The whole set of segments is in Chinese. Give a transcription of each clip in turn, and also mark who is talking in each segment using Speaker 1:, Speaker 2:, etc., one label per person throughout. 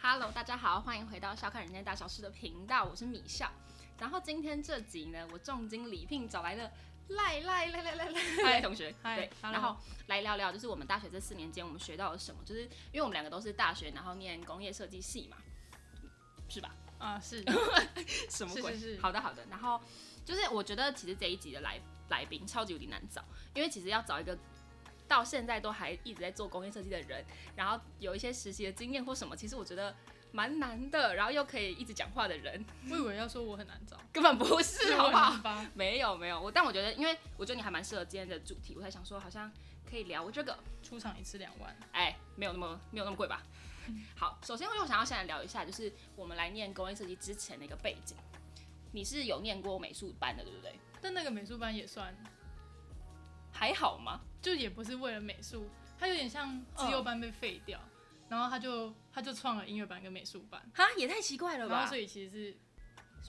Speaker 1: Hello，大家好，欢迎回到《笑看人间大小事》的频道，我是米笑。然后今天这集呢，我重金礼聘找来了赖赖赖赖赖赖赖同学，
Speaker 2: 嗨
Speaker 1: 对，
Speaker 2: hello
Speaker 1: 然后来聊聊就是我们大学这四年间我们学到了什么，就是因为我们两个都是大学，然后念工业设计系嘛，是吧？
Speaker 2: 啊，是
Speaker 1: 什么
Speaker 2: 是
Speaker 1: 鬼？
Speaker 2: 是是
Speaker 1: 好的好的。然后就是我觉得其实这一集的来来宾超级有点难找，因为其实要找一个到现在都还一直在做工业设计的人，然后有一些实习的经验或什么，其实我觉得蛮难的。然后又可以一直讲话的人，
Speaker 2: 我以为要说我很难找，
Speaker 1: 根本不 是，好不好？
Speaker 2: 吧？
Speaker 1: 没有没有，我但我觉得，因为我觉得你还蛮适合今天的主题，我才想说好像可以聊这个。
Speaker 2: 出场一次两万，
Speaker 1: 哎，没有那么没有那么贵吧？好，首先我想要先来聊一下，就是我们来念工业设计之前的一个背景。你是有念过美术班的，对不对？
Speaker 2: 但那个美术班也算，
Speaker 1: 还好吗？
Speaker 2: 就也不是为了美术，它有点
Speaker 1: 嗯
Speaker 2: 像自由班被废掉，然后他就他就创了音乐班跟美术班，
Speaker 1: 哈，也太奇怪了
Speaker 2: 然后
Speaker 1: 吧
Speaker 2: 所！以其实是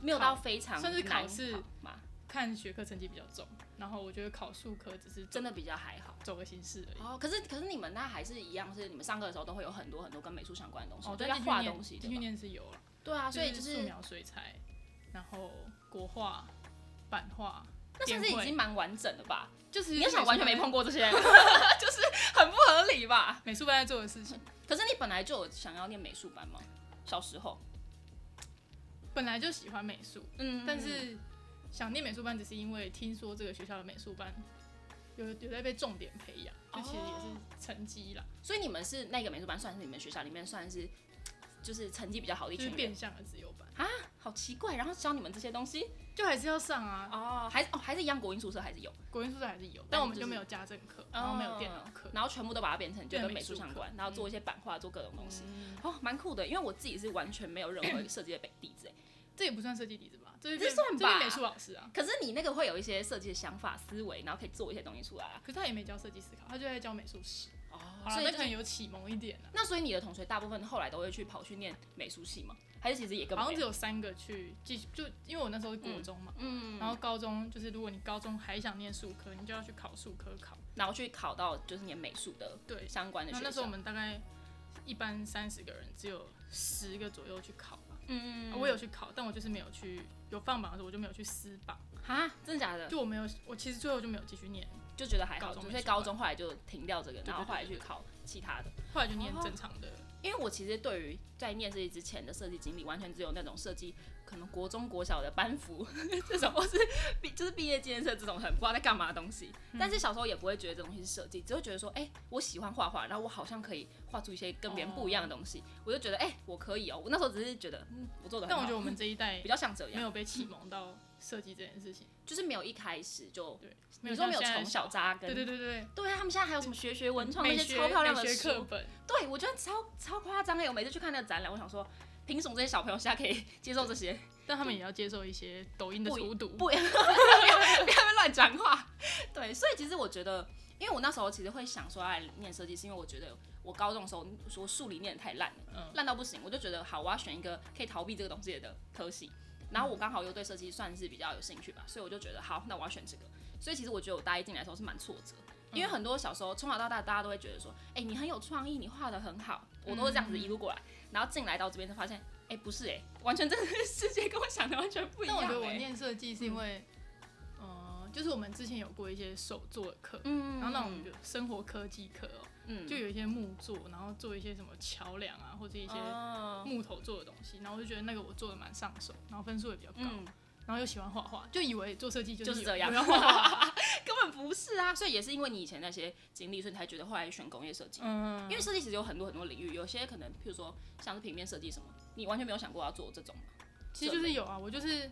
Speaker 1: 没有到非常
Speaker 2: 算是考
Speaker 1: 难
Speaker 2: 试
Speaker 1: 考嘛，
Speaker 2: 看学科成绩比较重，然后我觉得考数科只是
Speaker 1: 真的比较还好。
Speaker 2: 走个形式而已。
Speaker 1: 哦，可是可是你们那还是一样，是你们上课的时候都会有很多很多跟美术相关的东西，
Speaker 2: 哦，
Speaker 1: 对，
Speaker 2: 但
Speaker 1: 要
Speaker 2: 进去
Speaker 1: 画
Speaker 2: 念
Speaker 1: 东西
Speaker 2: 进去
Speaker 1: 对吧？
Speaker 2: 念是有了，
Speaker 1: 对啊，所以就
Speaker 2: 就是素
Speaker 1: 是
Speaker 2: 描、水彩，然后国画、版画，
Speaker 1: 那算是
Speaker 2: 点
Speaker 1: 已
Speaker 2: 绘
Speaker 1: 经蛮完整了吧？
Speaker 2: 就是
Speaker 1: 你要想完全没碰
Speaker 2: 过
Speaker 1: 过这些， 就是很不合理吧？
Speaker 2: 美术班在做的事情。
Speaker 1: 可是你本来就有想要念美术班吗？小时候，
Speaker 2: 本来就喜欢美术，
Speaker 1: 嗯
Speaker 2: 但是想念美术班只是因为听说这个学校的美术班有有在被重点培养，就其实也
Speaker 1: 哦
Speaker 2: 是成绩啦，
Speaker 1: 所以你们是那个美术班，算是你们学校里面算是就是成绩比较好的啊一
Speaker 2: 就是
Speaker 1: 群人，
Speaker 2: 变相的自由班，
Speaker 1: 好奇怪。然后教你们这些东西
Speaker 2: 就还是要上啊。
Speaker 1: 哦，还是哦还是一样，国英宿舍还是有，
Speaker 2: 国英宿舍还是有，
Speaker 1: 但
Speaker 2: 但我们
Speaker 1: 就是
Speaker 2: 就没有家政课，然后没有电脑课
Speaker 1: 嗯，然后全部都把它变成就
Speaker 2: 对
Speaker 1: 跟美
Speaker 2: 美
Speaker 1: 术
Speaker 2: 术
Speaker 1: 相
Speaker 2: 课
Speaker 1: 关，然后做一些版画，做各种东西，哦，蛮酷的。因为我自己是完全没有任何设计的底子欸，
Speaker 2: 这也不算设计底子吧？这是
Speaker 1: 这算吧
Speaker 2: 这是美术老师啊，
Speaker 1: 可是你那个会有一些设计的想法、思维，然后可以做一些东西出来啊。
Speaker 2: 可是他也没教设计思考，他就在教美术史。
Speaker 1: 哦
Speaker 2: 好
Speaker 1: 所
Speaker 2: 了，
Speaker 1: 以
Speaker 2: 那
Speaker 1: 就
Speaker 2: 可
Speaker 1: 是
Speaker 2: 能有启蒙一点啊，
Speaker 1: 那所以你的同学大部分后来都会去跑去念美术系吗？还是其实也根
Speaker 2: 好
Speaker 1: 本没
Speaker 2: 像只
Speaker 1: 有？
Speaker 2: 有三个去继续，就因为我那时候是国中嘛，
Speaker 1: 嗯，
Speaker 2: 然后高中就是如果你高中还想念术科，你就要去考术科考。
Speaker 1: 然后去考到就是念美术的
Speaker 2: 对，
Speaker 1: 相关的
Speaker 2: 那
Speaker 1: 学
Speaker 2: 那时候
Speaker 1: 校
Speaker 2: 我。们大概一般三十个人，只有十个左右去考吧。
Speaker 1: 嗯
Speaker 2: 我有去考，但我就是没有去有放榜的时候，我就没有去撕榜，
Speaker 1: 哈，真的假的？
Speaker 2: 就我没有，我其实最后就没有继续念，
Speaker 1: 就觉得还好，
Speaker 2: 高中
Speaker 1: 所
Speaker 2: 没
Speaker 1: 以
Speaker 2: 出
Speaker 1: 高
Speaker 2: 来
Speaker 1: 中后来就停掉这个，
Speaker 2: 对
Speaker 1: 然后
Speaker 2: 对
Speaker 1: 后来
Speaker 2: 对
Speaker 1: 去考其他的。
Speaker 2: 后来就
Speaker 1: 哦
Speaker 2: 念正常的。
Speaker 1: 因为我其实对于在念设计之前的设计经历，完全只有那种设计，可能国中、国小的班服 这种，或是毕 就是毕业纪念册这种很不知道在干嘛的东西。
Speaker 2: 嗯
Speaker 1: 但是小时候也不会觉得这东西是设计，只会觉得说，哎、我喜欢画画，然后我好像可以画出一些跟别人不一样的东
Speaker 2: 哦
Speaker 1: 西，我就觉得，哎、我可以哦、我那时候只是觉得，嗯，我做的，
Speaker 2: 但我觉得我们这一代
Speaker 1: 比较像这
Speaker 2: 没
Speaker 1: 样，
Speaker 2: 有被启蒙到设计这件事情，
Speaker 1: 就是没有一开始就，
Speaker 2: 对，
Speaker 1: 你说没有
Speaker 2: 像现在
Speaker 1: 从小扎根，
Speaker 2: 对对对对，
Speaker 1: 对啊，他们现在还有什么学学文创那
Speaker 2: 美
Speaker 1: 些
Speaker 2: 学
Speaker 1: 超漂亮的
Speaker 2: 美学课
Speaker 1: 书，
Speaker 2: 本，
Speaker 1: 对我觉得超超夸张哎！我每次去看那个展览，我想说，凭什么这些小朋友现在可以接受这些？
Speaker 2: 但他们也要接受一些抖音的
Speaker 1: 不
Speaker 2: 荼毒，
Speaker 1: 不，不要 不要乱讲话。对，所以其实我觉得，因为我那时候其实会想说要来念设计，是因为我觉得我高中的时候说数理念得太烂了，
Speaker 2: 嗯，
Speaker 1: 烂到不行，我就觉得好，我要选一个可以逃避这个东西的科系。然后我刚好又对设计算是比较有兴趣吧，所以我就觉得好，那我要选这个。所以其实我觉得我大一进来的时候是蛮挫折，
Speaker 2: 嗯
Speaker 1: 因为很多小时候从小到大大家都会觉得说，哎、你很有创意，你画的很好，我都是这
Speaker 2: 嗯
Speaker 1: 样子一路过来。然后进来到这边就发现，哎、不是哎、完全这个 世界跟我想的完全不一
Speaker 2: 但
Speaker 1: 样、嗯
Speaker 2: 我
Speaker 1: 哎
Speaker 2: 觉得我，念设计是因为，呃，就是我们之前有过一些手做的课，
Speaker 1: 嗯
Speaker 2: 然后那种就生活科技课哦，
Speaker 1: 嗯
Speaker 2: 就有一些木做，然后做一些什么桥梁啊，或者一些
Speaker 1: 哦
Speaker 2: 木头做的东西，然后我就觉得那个我做的蛮上手，然后分数也比较高，
Speaker 1: 嗯，
Speaker 2: 然后又喜欢画画，就以为做设计就
Speaker 1: 就是是
Speaker 2: 有
Speaker 1: 这样
Speaker 2: 有要画画，
Speaker 1: 根本不是啊。所以也是因为你以前那些经历，所以你才觉得后来选工业设计。
Speaker 2: 嗯，
Speaker 1: 因为设计其实有很多很多领域，有些可能譬如说像是平面设计什么，你完全没有想过要做这种嘛。
Speaker 2: 其实就是有啊，我就是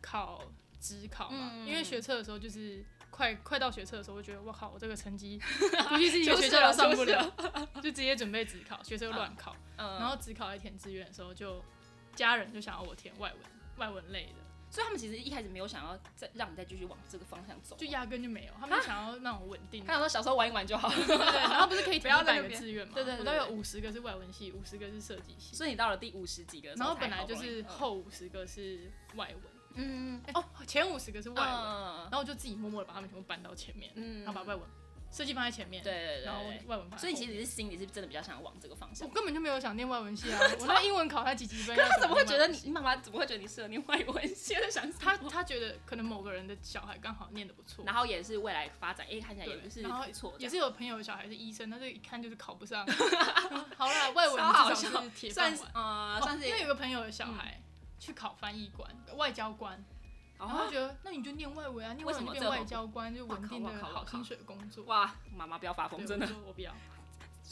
Speaker 2: 考职考嘛，
Speaker 1: 嗯
Speaker 2: 因为学测的时候就是。快快到学测的时候，我觉得我靠，我这个 成绩估计是一个
Speaker 1: 出
Speaker 2: 学
Speaker 1: 事
Speaker 2: 校
Speaker 1: 了
Speaker 2: 都上
Speaker 1: 出
Speaker 2: 不
Speaker 1: 事
Speaker 2: 了，就直接准备职考，学测又乱考，
Speaker 1: 啊嗯，
Speaker 2: 然后只考来填志愿的时候就，家人就想要我填外文外文类的，
Speaker 1: 所以他们其实一开始没有想要再让你再继续往这个方向走，
Speaker 2: 就压根就没有，他们就想要那种稳定
Speaker 1: 他
Speaker 2: 的。
Speaker 1: 想说小时候玩一玩就好。
Speaker 2: 对，然后不是可以
Speaker 1: 不
Speaker 2: 填
Speaker 1: 要
Speaker 2: 一
Speaker 1: 在
Speaker 2: 百
Speaker 1: 那
Speaker 2: 个
Speaker 1: 边
Speaker 2: 志愿吗？
Speaker 1: 对对对
Speaker 2: 我大概有五十个是外文系，五十个是设计系，
Speaker 1: 所以你到了第五十几个的时
Speaker 2: 然
Speaker 1: 候
Speaker 2: 后
Speaker 1: 才好不容易，
Speaker 2: 本来就是后五十个是外文，
Speaker 1: 嗯
Speaker 2: 哦，前五十个是外文，
Speaker 1: 嗯
Speaker 2: 然后我就自己默默的把他们全部搬到前面，
Speaker 1: 嗯
Speaker 2: 然后把外文设计放在前面，
Speaker 1: 对对对
Speaker 2: 然后
Speaker 1: 对对
Speaker 2: 外文放在后面。哦
Speaker 1: 所以其实是心里是真的比较想往这个方向
Speaker 2: 我。根本就没有想念外文 系啊，我那英文考才几几分，
Speaker 1: 可
Speaker 2: 啊 要
Speaker 1: 他怎么会觉得你
Speaker 2: 念
Speaker 1: 你妈妈怎么会觉得你适合念外文系？在想
Speaker 2: 外
Speaker 1: 他
Speaker 2: 文系？他他觉得可能某个人的小孩刚好念的不错，
Speaker 1: 然后也是未来发展，哎、看起来也
Speaker 2: 对
Speaker 1: 不是
Speaker 2: 然后
Speaker 1: 不错，
Speaker 2: 也是有朋友小孩是医生，但是一看就是考不 上。好啦，外文
Speaker 1: 超好
Speaker 2: 至
Speaker 1: 笑
Speaker 2: 少是铁
Speaker 1: 算
Speaker 2: 饭
Speaker 1: 是
Speaker 2: 碗。
Speaker 1: 呃算是嗯
Speaker 2: 哦因为有个朋友的小孩去考翻译官、外交官，
Speaker 1: 然
Speaker 2: 然后觉得那你就念外文啊，念
Speaker 1: 哦为什
Speaker 2: 外文
Speaker 1: 么
Speaker 2: 就变
Speaker 1: 这种
Speaker 2: 外交官，就稳定
Speaker 1: 哇
Speaker 2: 的
Speaker 1: 靠哇靠哇
Speaker 2: 好
Speaker 1: 靠
Speaker 2: 薪水工作。
Speaker 1: 哇，妈妈不要发
Speaker 2: 对
Speaker 1: 疯，真的
Speaker 2: 我。说我不 要。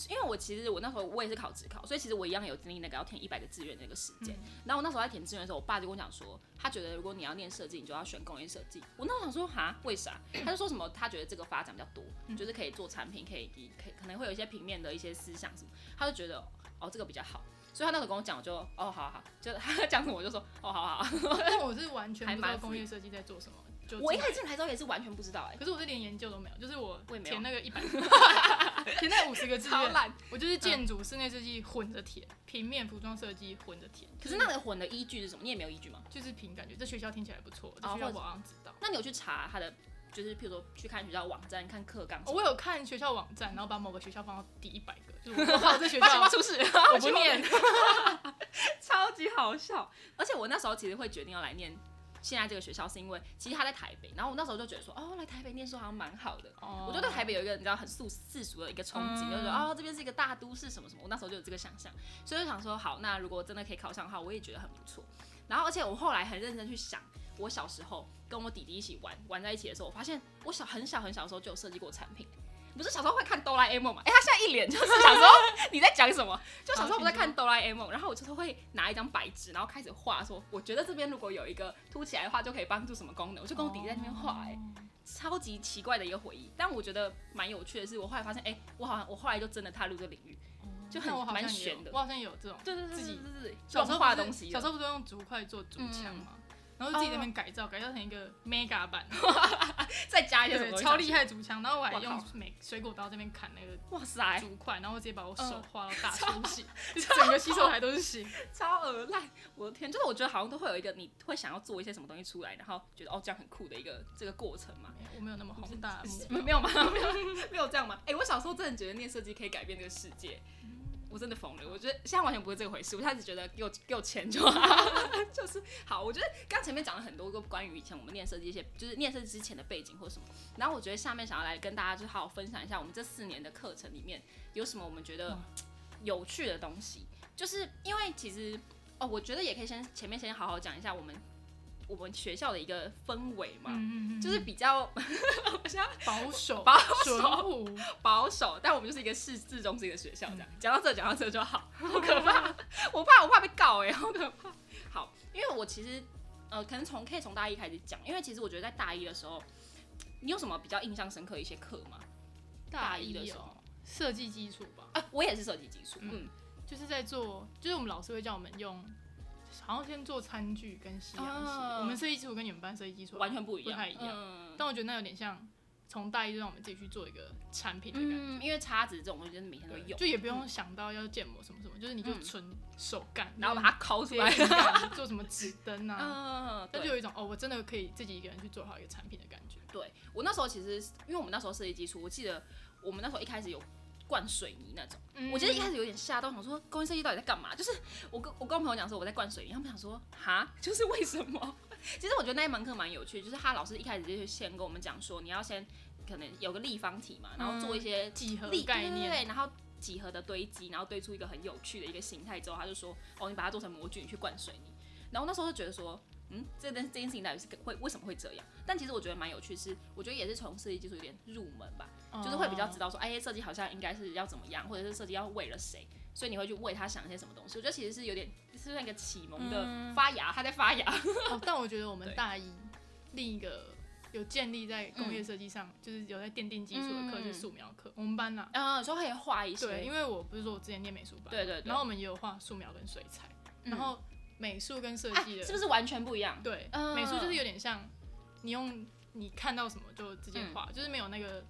Speaker 1: 因为我其实我那时候我也是考职考，所以其实我一样有经历那个要填一百个志愿的那个时间。
Speaker 2: 嗯
Speaker 1: 然后我那时候在填志愿的时候，我爸就跟我讲说，他觉得如果你要念设计，你就要选工业设计。我那时候想说，哈，为啥？他就说什么他觉得这个发展比较多，就是可以做产品，可以可以可能会有一些平面的一些思想什么，他就觉得哦这个比较好。所以他那时候跟我讲，我就哦好好好，就是 他讲什么我就说哦好好好。
Speaker 2: 但我是完全
Speaker 1: 还
Speaker 2: 不知道
Speaker 1: 蛮
Speaker 2: 工业设计在做什么，就
Speaker 1: 我一
Speaker 2: 进
Speaker 1: 开始进来之后也是完全不知道哎、
Speaker 2: 可是我是连研究都没有，就是我
Speaker 1: 我也没有
Speaker 2: 填那 个一百，填那五十 个志
Speaker 1: 超
Speaker 2: 愿，
Speaker 1: 烂。嗯
Speaker 2: 我就是建筑、室内设计混着填，平面服装设计混着填。
Speaker 1: 可是那个混的依据是什么？你也没有依据吗？
Speaker 2: 就是凭感觉，这学校听起来不错，这
Speaker 1: 哦
Speaker 2: 学校
Speaker 1: 或者
Speaker 2: 我好像知道。
Speaker 1: 那你有去查他的，就是譬如说去看学校网站、看课纲什么的吗
Speaker 2: 哦我有看学校网站，然后把某个学校放到第一百个， 就是我说好，这学
Speaker 1: 八
Speaker 2: 校
Speaker 1: 八出事，
Speaker 2: 我不念，
Speaker 1: 超级好笑。而且我那时候其实会决定要来念现在这个学校，是因为其实他在台北，然后我那时候就觉得说，哦，来台北念书好像蛮好的。
Speaker 2: 哦
Speaker 1: 我就对台北有一个你知道很世世俗的一个憧憬，
Speaker 2: 嗯
Speaker 1: 就是说哦这边是一个大都市什么什么，我那时候就有这个想象，所以就想说好，那如果真的可以考上的话，我也觉得很不错。然后而且我后来很认真去想，我小时候跟我弟弟一起玩玩在一起的时候，我发现我小很小很小的时候就有设计过产品。不是小时候会看哆啦 A 梦嘛？哎、他现在一脸就是小时 候你在讲什么？就小时候我在
Speaker 2: 哦
Speaker 1: 看哆啦 A 梦，然后我就是会拿一张白纸，然后开始画，说我觉得这边如果有一个凸起来的话，就可以帮助什么功能，我就跟我弟弟在那边画、哎、超级奇怪的一个回忆，但我觉得蛮有趣的是，我后来发现，哎、我好像我后来就真的踏入这个领域，就很
Speaker 2: 那我好
Speaker 1: 蛮
Speaker 2: 像也
Speaker 1: 悬
Speaker 2: 有
Speaker 1: 的
Speaker 2: 我好像有这种
Speaker 1: 对对
Speaker 2: 对
Speaker 1: 自己
Speaker 2: 对
Speaker 1: 小
Speaker 2: 小
Speaker 1: 时
Speaker 2: 时
Speaker 1: 候
Speaker 2: 候
Speaker 1: 画
Speaker 2: 不是
Speaker 1: 东西的，嗯
Speaker 2: 小时候不是用竹筷做竹枪嘛，然后自己在那边改造，改造成一个 mega 版，
Speaker 1: 再加一哦些什么
Speaker 2: 对，
Speaker 1: 东西
Speaker 2: 超
Speaker 1: 上去
Speaker 2: 厉，害竹枪，然后我还
Speaker 1: 哇
Speaker 2: 用
Speaker 1: 靠
Speaker 2: 美水果刀这边砍那个
Speaker 1: 哇塞，
Speaker 2: 竹筷，然后我直接把我手
Speaker 1: 嗯
Speaker 2: 画到大出血，就整个洗手台都是血。
Speaker 1: 超恶烂，我的天，就是我觉得好像都会有一个你会想要做一些什么东西出来，然后觉得哦这样很酷的一个这个过程嘛，
Speaker 2: 没有我没有那么宏大的目
Speaker 1: 没
Speaker 2: 标，
Speaker 1: 没有吗？没有没有这样吗？哎、我小时候真的觉得念设计可以改变这个世界。
Speaker 2: 嗯
Speaker 1: 我真的疯了，我觉得现在完全不是这回事，我现在只觉得给我给我钱就好， 就是好。我觉得刚前面讲了很多个关于以前我们念设计一些，就是念设计之前的背景或什么，然后我觉得下面想要来跟大家就好好分享一下我们这四年的课程里面有什么我们觉得
Speaker 2: 哇
Speaker 1: 有趣的东西，就是因为其实哦，我觉得也可以先前面先好好讲一下我们我们学校的一个氛围嘛，
Speaker 2: 嗯嗯嗯，
Speaker 1: 就是比较
Speaker 2: 保守、
Speaker 1: 保
Speaker 2: 淳朴，
Speaker 1: 保守，但我们就是一个市市中心的学校，这样讲、到这讲到这就 好，好可怕，我怕我怕被告哎、好可怕。好，因为我其实呃，可能从可以从大一开始讲，因为其实我觉得在大一的时候，你有什么比较印象深刻的一些课吗？大一的时候
Speaker 2: 哦，设计基础吧，
Speaker 1: 啊，我也是设计技术，嗯
Speaker 2: 嗯，就是在做，就是我们老师会叫我们用，好像先做餐具跟西洋系，
Speaker 1: 啊
Speaker 2: 我们设计基础跟你们班设计基础
Speaker 1: 完嗯全不一
Speaker 2: 不
Speaker 1: 样，
Speaker 2: 太一样，
Speaker 1: 嗯
Speaker 2: 但我觉得那有点像从大一就让我们自己去做一个产品的感觉。
Speaker 1: 嗯，因为叉子这种东西就是每天都
Speaker 2: 对
Speaker 1: 有，
Speaker 2: 就也不用想到要建模什么什么，就是你就
Speaker 1: 嗯
Speaker 2: 纯手干，
Speaker 1: 然后把它抠
Speaker 2: 直
Speaker 1: 出
Speaker 2: 接
Speaker 1: 来，
Speaker 2: 灵感做什么纸灯啊，
Speaker 1: 嗯，
Speaker 2: 那
Speaker 1: 对
Speaker 2: 就。有一种哦，我真的可以自己一个人去做好一个产品的感觉。
Speaker 1: 对我那时候其实，因为我们那时候设计基础，我记得我们那时候一开始有灌水泥那种，我记得一
Speaker 2: 嗯
Speaker 1: 开始有点吓到，想说工业设计到底在干嘛？就是我跟我跟我朋友讲说我在灌水泥，他们想说哈， 就是为什么？ 其实我觉得那一门课蛮有趣，就是他老师一开始就先跟我们讲说，你要先可能有个立方体嘛，然后做一些
Speaker 2: 几何
Speaker 1: 力
Speaker 2: 概
Speaker 1: 对
Speaker 2: 念，
Speaker 1: 对对，然后几何的堆积，然后堆出一个很有趣的一个形态之后，他就说，哦，你把它做成模具，你去灌水泥。然后那时候就觉得说，嗯，这件这件事情到底是会为什么会这样？但其实我觉得蛮有趣是，我觉得也是从设计技术有点入门吧，就是会比较知道说，哎，设计好像应该是要怎么样，或者是设计要为了谁，所以你会去为他想一些什么东西。我觉得其实是有点是那个启蒙的
Speaker 2: 嗯
Speaker 1: 发芽，他在发芽。
Speaker 2: 哦，但我觉得我们
Speaker 1: 对
Speaker 2: 大一另一个有建立在工业设计上，就是有在奠定基础的课
Speaker 1: 嗯
Speaker 2: 就是素描课，我们班啦、
Speaker 1: 嗯，说可以画一些，
Speaker 2: 对，因为我不是说我之前念美术班嘛，
Speaker 1: 对对对
Speaker 2: 然后我们也有画素描跟水彩，
Speaker 1: 嗯
Speaker 2: 然后美术跟设
Speaker 1: 哎，
Speaker 2: 计的，
Speaker 1: 是不是完全不一样？
Speaker 2: 嗯对，
Speaker 1: 嗯
Speaker 2: 美术就是有点像你用你看到什么就直接画，就是没有那个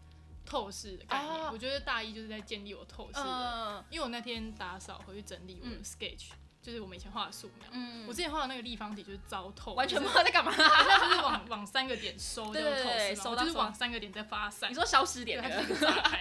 Speaker 2: 透视的概念。
Speaker 1: 嗯哦
Speaker 2: 我觉得大一就是在建立我透视的，
Speaker 1: 嗯，
Speaker 2: 因为我那天打扫回去整理我的
Speaker 1: 嗯
Speaker 2: sketch，、就是我们以前画的素描。
Speaker 1: 嗯
Speaker 2: 我之前画的那个立方体就是糟透，
Speaker 1: 完全不
Speaker 2: 就
Speaker 1: 知
Speaker 2: 是
Speaker 1: 道在干嘛。
Speaker 2: 它就是往往三个点收，
Speaker 1: 对
Speaker 2: 就是
Speaker 1: 对
Speaker 2: 透
Speaker 1: 对
Speaker 2: 视嘛
Speaker 1: 收
Speaker 2: 我
Speaker 1: 到
Speaker 2: 就是
Speaker 1: 收
Speaker 2: 往三个点再发散
Speaker 1: 你。说消失
Speaker 2: 对
Speaker 1: 点
Speaker 2: 它
Speaker 1: 的
Speaker 2: 就，是一个炸 开，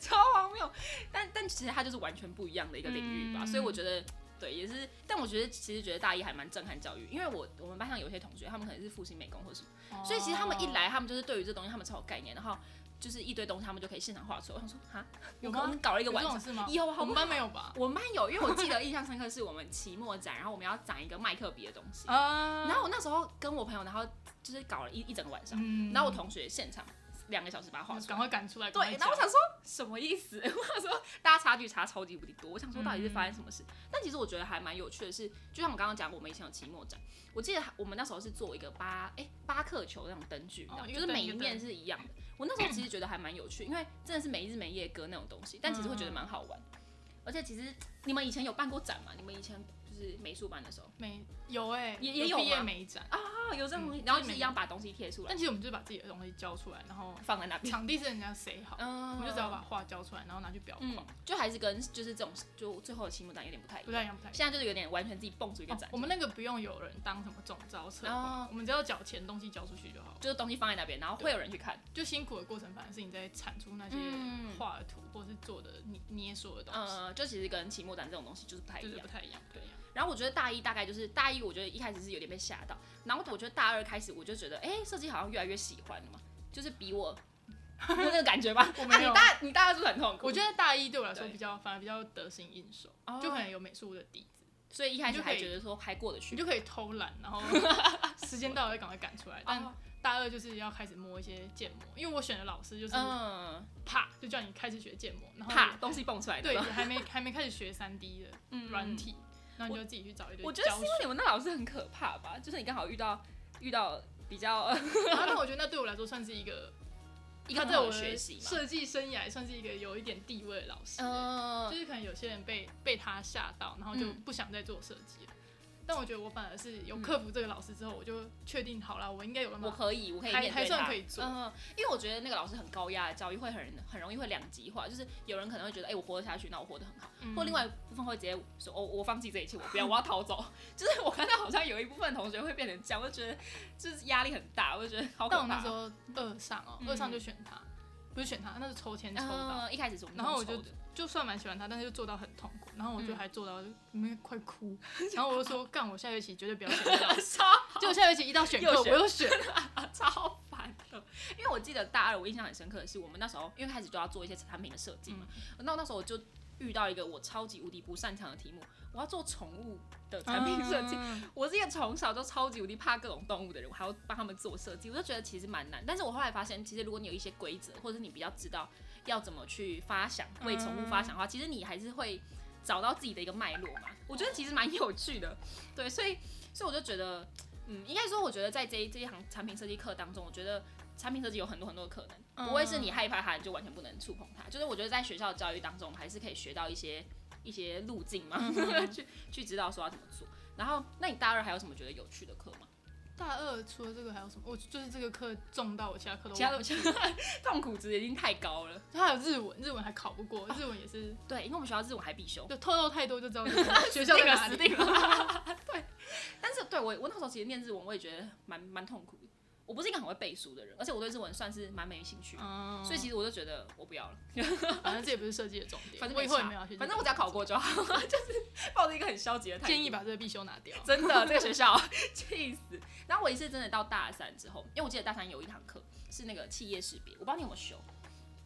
Speaker 1: 超荒谬。但但其实它就是完全不一样的一个领域吧，
Speaker 2: 嗯
Speaker 1: 所以我觉得对也是，但我觉得其实觉得大一还蛮震撼教育，因为我我们班上有些同学他们可能是复兴美工或什么，
Speaker 2: 哦
Speaker 1: 所以其实他们一来他们就是对于这东西他们超有概念，然后就是一堆东西他们就可以现场画出来。我想说哈，
Speaker 2: 有
Speaker 1: 我
Speaker 2: 吗
Speaker 1: 可能搞了一
Speaker 2: 有
Speaker 1: 个
Speaker 2: 这
Speaker 1: 晚上
Speaker 2: 种。事吗？
Speaker 1: 有好
Speaker 2: 我
Speaker 1: 不好？
Speaker 2: 们班没有吧？
Speaker 1: 我们班有，因为我记得印象深刻是我们期末展，然后我们要展一个麦克笔的东西，
Speaker 2: 啊
Speaker 1: 然后我那时候跟我朋友，然后就是搞了一一整个晚上，
Speaker 2: 嗯
Speaker 1: 然后我同学现场两个小时把它画
Speaker 2: 就
Speaker 1: 出来
Speaker 2: 赶。快赶出来。
Speaker 1: 对，然
Speaker 2: 赶
Speaker 1: 后
Speaker 2: 快
Speaker 1: 我想说什么意思？ 我想说大家差距差超级无敌多，我想说到底是发生什么事？但其实我觉得还蛮有趣的是，就像我刚刚讲，我们以前有期末展，我记得我们那时候是做一个八哎、八克球那种灯具，你知道
Speaker 2: 哦
Speaker 1: 吗
Speaker 2: 一
Speaker 1: 就
Speaker 2: 个
Speaker 1: 是
Speaker 2: 灯
Speaker 1: 每
Speaker 2: 一
Speaker 1: 一
Speaker 2: 个
Speaker 1: 面是一样的。我那时候其实觉得还蛮有趣，因为真的是每一日每夜隔那种东西，但其实会觉得蛮好玩。而且其实你们以前有办过展吗？你们以前就是美术班的时候
Speaker 2: 讲没有哎，
Speaker 1: 也也有
Speaker 2: 毕业
Speaker 1: 吗
Speaker 2: 美展，
Speaker 1: 啊、有这种东西，
Speaker 2: 嗯
Speaker 1: 然后
Speaker 2: 就
Speaker 1: 就是一
Speaker 2: 是每
Speaker 1: 样把东西贴出来
Speaker 2: 但其实我们就是把自己的东西交出来，然后
Speaker 1: 放在那边，
Speaker 2: 场地是人家谁好，
Speaker 1: 嗯
Speaker 2: 我们就 只要把画交出来，然后拿去裱
Speaker 1: 嗯
Speaker 2: 框，，
Speaker 1: 就还是跟就是这种就最后的期末展有点不太一样
Speaker 2: 不。太一样，不太一样。
Speaker 1: 现在就是有点完全自己蹦出一个
Speaker 2: 啊哦
Speaker 1: 展，
Speaker 2: 我们那个不用有人当什么总招策划，
Speaker 1: 哦
Speaker 2: 我们只要缴钱，东西交出去就好了。
Speaker 1: 就是东西放在那边，然后会有人去看。
Speaker 2: 就辛苦的过程，反而是你在产出那些
Speaker 1: 嗯
Speaker 2: 画的图，或是做的捏捏所有的东西，
Speaker 1: 呃，就其实跟期末展这种东西就是不太
Speaker 2: 就
Speaker 1: 一
Speaker 2: 是不
Speaker 1: 样。
Speaker 2: 太一样，不太一样。
Speaker 1: 然后我觉得大一大概就是大一，我觉得一开始是有点被吓到，然后我觉得大二开始我就觉得，哎、设计好像越来越喜欢了嘛，就是比我 有那个感觉吧。
Speaker 2: 我
Speaker 1: 啊，
Speaker 2: 没
Speaker 1: 你
Speaker 2: 有，
Speaker 1: 大你大二是不是很痛苦？
Speaker 2: 哦我觉得大一对我来说
Speaker 1: 对
Speaker 2: 比较，反而比较得心应手，
Speaker 1: 哦
Speaker 2: 就可能有美术的底子，
Speaker 1: 所以一开始
Speaker 2: 你就可
Speaker 1: 还
Speaker 2: 以
Speaker 1: 觉得说还过得去
Speaker 2: 你。就可以偷懒，然后时间到了就赶快赶出来。但
Speaker 1: 哦
Speaker 2: 大二就是要开始摸一些建模，因为我选的老师就是
Speaker 1: 嗯，
Speaker 2: 啪就叫你开始学建模，然后
Speaker 1: 怕
Speaker 2: 你
Speaker 1: 东西蹦出来的
Speaker 2: 对，
Speaker 1: 吧
Speaker 2: 你还没还没开始学三 D 的
Speaker 1: 嗯
Speaker 2: 软体，然后你就自己去找一堆
Speaker 1: 我觉得
Speaker 2: 教
Speaker 1: 是因为你们那老师很可怕吧，就是你刚好遇到遇到比 较
Speaker 2: 然后，但我觉得那对我来说算是一个，
Speaker 1: 一个
Speaker 2: 他在我
Speaker 1: 很好的学习嘛
Speaker 2: 设计生涯算是一个有一点地位的老师、
Speaker 1: 嗯
Speaker 2: 就是可能有些人被被他吓到，然后就
Speaker 1: 嗯
Speaker 2: 不想再做设计了。但我觉得我反而是有克服这个老师之后，我就确定好了，我应该有办
Speaker 1: 嗯我
Speaker 2: 法。
Speaker 1: 可以，我可以
Speaker 2: 还
Speaker 1: 面对
Speaker 2: 还算
Speaker 1: 它
Speaker 2: 可以做
Speaker 1: 嗯，因为我觉得那个老师很高压的教育会很很容易会两极化，就是有人可能会觉得，哎、我活得下去，那我活得很好；
Speaker 2: 嗯
Speaker 1: 或另外一部分会直接说，哦，我放弃这一切，我 不要，我要逃走。就是我看到好像有一部分同学会变成这样，我就觉得就是压力很大，我就觉得好可
Speaker 2: 但
Speaker 1: 怕。
Speaker 2: 我那时候二上哦、
Speaker 1: 嗯
Speaker 2: 二上就选他，不是选他，那是抽签抽到，
Speaker 1: 嗯，一开始是我们
Speaker 2: 然后我
Speaker 1: 同
Speaker 2: 就
Speaker 1: 抽 的
Speaker 2: 就算蛮喜欢他，但是就做到很痛苦，然后我就
Speaker 1: 嗯
Speaker 2: 还做到里面快 哭，然后我就说干，我下学期绝对不要选这个老师。
Speaker 1: 超
Speaker 2: 结果下学期一到选课，
Speaker 1: 又
Speaker 2: 我
Speaker 1: 选
Speaker 2: 又选，
Speaker 1: 超烦的，因为我记得大二我印象很深刻的是，我们那时候因为开始就要做一些产品的设计嘛，那、那时候我就遇到一个我超级无敌不擅长的题目，我要做宠物的 产品设计，
Speaker 2: 嗯
Speaker 1: 我之前从小就超级无敌怕各种动物的人，我还要帮他们做设计，我就觉得其实蛮难。但是我后来发现，其实如果你有一些规则，或者是你比较知道要怎么去发想为宠物发想的话，其实你还是会找到自己的一个脉络嘛。我觉得其实蛮有趣的，对，所以所以我就觉得，嗯，应该说我觉得在这一这一行产品设计课当中，我觉得。产品设计有很多很多的可能，
Speaker 2: 嗯
Speaker 1: 不会是你害怕它，你就完全不能触碰它。就是我觉得在学校的教育当中，我们还是可以学到一些一些路径
Speaker 2: 嗯
Speaker 1: 嘛， 去去知道说要怎么做。然后，那你大二还有什么觉得有趣的课吗？
Speaker 2: 大二除了这个还有什么？我就是这个课重到我其他课都
Speaker 1: 其他
Speaker 2: 忘
Speaker 1: 的
Speaker 2: 了
Speaker 1: 痛苦值已经太高了。
Speaker 2: 还有日文，日文还考不过，
Speaker 1: 哦
Speaker 2: 日文也是
Speaker 1: 对，因为我们学校日文还必修，
Speaker 2: 就透露太多就知 道学校在哪
Speaker 1: 死
Speaker 2: 里。
Speaker 1: 定 了。对，但是对我我那时候其实念日文，我也觉得蛮蛮痛苦的。我不是一个很会背书的人，而且我对日文算是蛮没兴趣的，
Speaker 2: 嗯，
Speaker 1: 所以其实我就觉得我不要了，
Speaker 2: 反正这也不是设计的重点，
Speaker 1: 反正
Speaker 2: 我以后也
Speaker 1: 差
Speaker 2: 没有要学。
Speaker 1: 反正我只要考，过 就 好，就是抱着一个很消极的态度。
Speaker 2: 建议把这个必修拿掉。
Speaker 1: 真的，这个学校 气死。然后我也是真的到大三之后，因为我记得大三有一堂课是那个企业识别，我不知道你有没有修，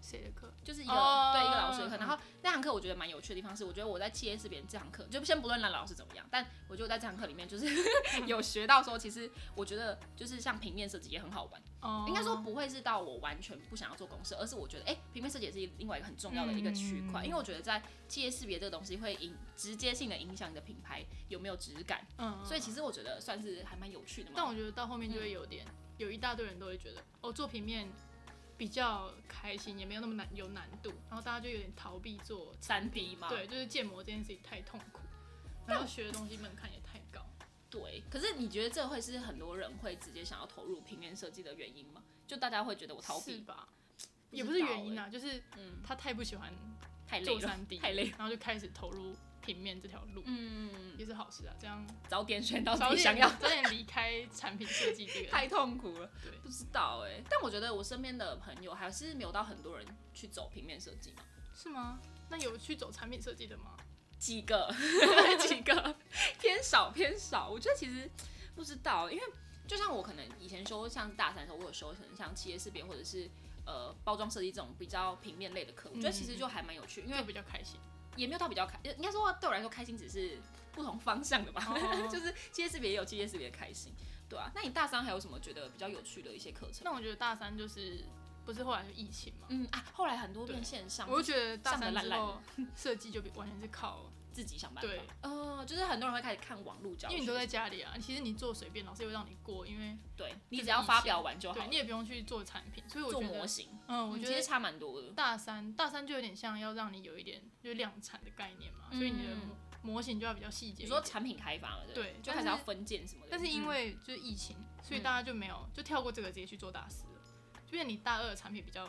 Speaker 2: 谁的课？
Speaker 1: 就是一个、
Speaker 2: 哦
Speaker 1: 对一个老师的课。
Speaker 2: 嗯
Speaker 1: 然后那堂课我觉得蛮有趣的地方是，我觉得我在企业识别这堂课，就先不论那老师怎么样，但我就在这堂课里面就是 有学到说，其实我觉得就是像平面设计也很好玩。
Speaker 2: 哦
Speaker 1: 应该说不会是到我完全不想要做公司，而是我觉得哎、平面设计也是另外一个很重要的一个区块，
Speaker 2: 嗯
Speaker 1: 因为我觉得在企业识别这个东西会影直接性的影响你的品牌有没有质感。
Speaker 2: 嗯，
Speaker 1: 所以其实我觉得算是还蛮有趣的嘛。
Speaker 2: 但我觉得到后面就会有点，有一大堆人都会觉得，哦，做平面比较开心，也没有那么难有难度，然后大家就有点逃避做，
Speaker 1: 三 D 嘛，
Speaker 2: 对，就是建模这件事情太痛苦，然后学的东西门槛也太高。
Speaker 1: 对。可是你觉得这会是很多人会直接想要投入平面设计的原因吗？就大家会觉得我逃
Speaker 2: 是
Speaker 1: 避
Speaker 2: 吧？
Speaker 1: 不
Speaker 2: 也
Speaker 1: 知
Speaker 2: 不是
Speaker 1: 道
Speaker 2: 原因啊
Speaker 1: 欸
Speaker 2: 啊，就是
Speaker 1: 嗯
Speaker 2: 他太不喜欢
Speaker 1: 太累
Speaker 2: 做
Speaker 1: 了
Speaker 2: 三 D，
Speaker 1: 太累了，
Speaker 2: 然后就开始投入平面这条路，
Speaker 1: 嗯，
Speaker 2: 也是好事啊。这样
Speaker 1: 早点选到
Speaker 2: 早
Speaker 1: 自己想
Speaker 2: 点
Speaker 1: 要，
Speaker 2: 早点离开产品设计这 个，
Speaker 1: 太痛苦了。
Speaker 2: 对
Speaker 1: 不知道哎、但我觉得我身边的朋友还是没有到很多人去走平面设计嘛，
Speaker 2: 是吗？那有去走产品设计的吗？
Speaker 1: 几个 几个偏少偏少。我觉得其实不知道，因为就像我可能以前修像是大三的时候，我有修可能像企业识别或者是呃包装设计这种比较平面类的课，我觉得其实就还蛮有趣，因
Speaker 2: 嗯就
Speaker 1: 为
Speaker 2: 比较开心。
Speaker 1: 也没有到比较开，应该说对我来说开心只是不同方向的吧，
Speaker 2: 哦
Speaker 1: 就是企业识别也有企业识别的开心。对啊，那你大三还有什么觉得比较有趣的一些课程？
Speaker 2: 那我觉得大三就是不是后来就疫情嘛，
Speaker 1: 嗯啊，后来很多变线上，
Speaker 2: 我就觉得大
Speaker 1: 上得
Speaker 2: 三
Speaker 1: 烂
Speaker 2: 之
Speaker 1: 烂
Speaker 2: 后 设计就比完全是靠，
Speaker 1: 自己想办法
Speaker 2: 对。
Speaker 1: 呃，就是很多人会开始看网络教
Speaker 2: 因
Speaker 1: 学，
Speaker 2: 为你都在家里啊，其实你做随便，老师也会让你过，因为
Speaker 1: 对你只要发表完就好
Speaker 2: 对
Speaker 1: 了
Speaker 2: 你，也不用去做产品，所以我
Speaker 1: 做
Speaker 2: 觉
Speaker 1: 模
Speaker 2: 得，
Speaker 1: 型，
Speaker 2: 嗯，我
Speaker 1: 嗯其
Speaker 2: 觉
Speaker 1: 实
Speaker 2: 得
Speaker 1: 差蛮多的。
Speaker 2: 大三大三就有点像要让你有一点就是量产的概念嘛，所以你的
Speaker 1: 嗯
Speaker 2: 模模型就要比较细节
Speaker 1: 你
Speaker 2: 一
Speaker 1: 说
Speaker 2: 点。
Speaker 1: 产品开发了，不
Speaker 2: 对
Speaker 1: 就
Speaker 2: 但
Speaker 1: 开始要
Speaker 2: 是
Speaker 1: 分件什么的。
Speaker 2: 但是因
Speaker 1: 嗯
Speaker 2: 为就是疫情，所以
Speaker 1: 嗯
Speaker 2: 大家就没有就跳过这个直接去做大四了，就变成你大二的产品比较，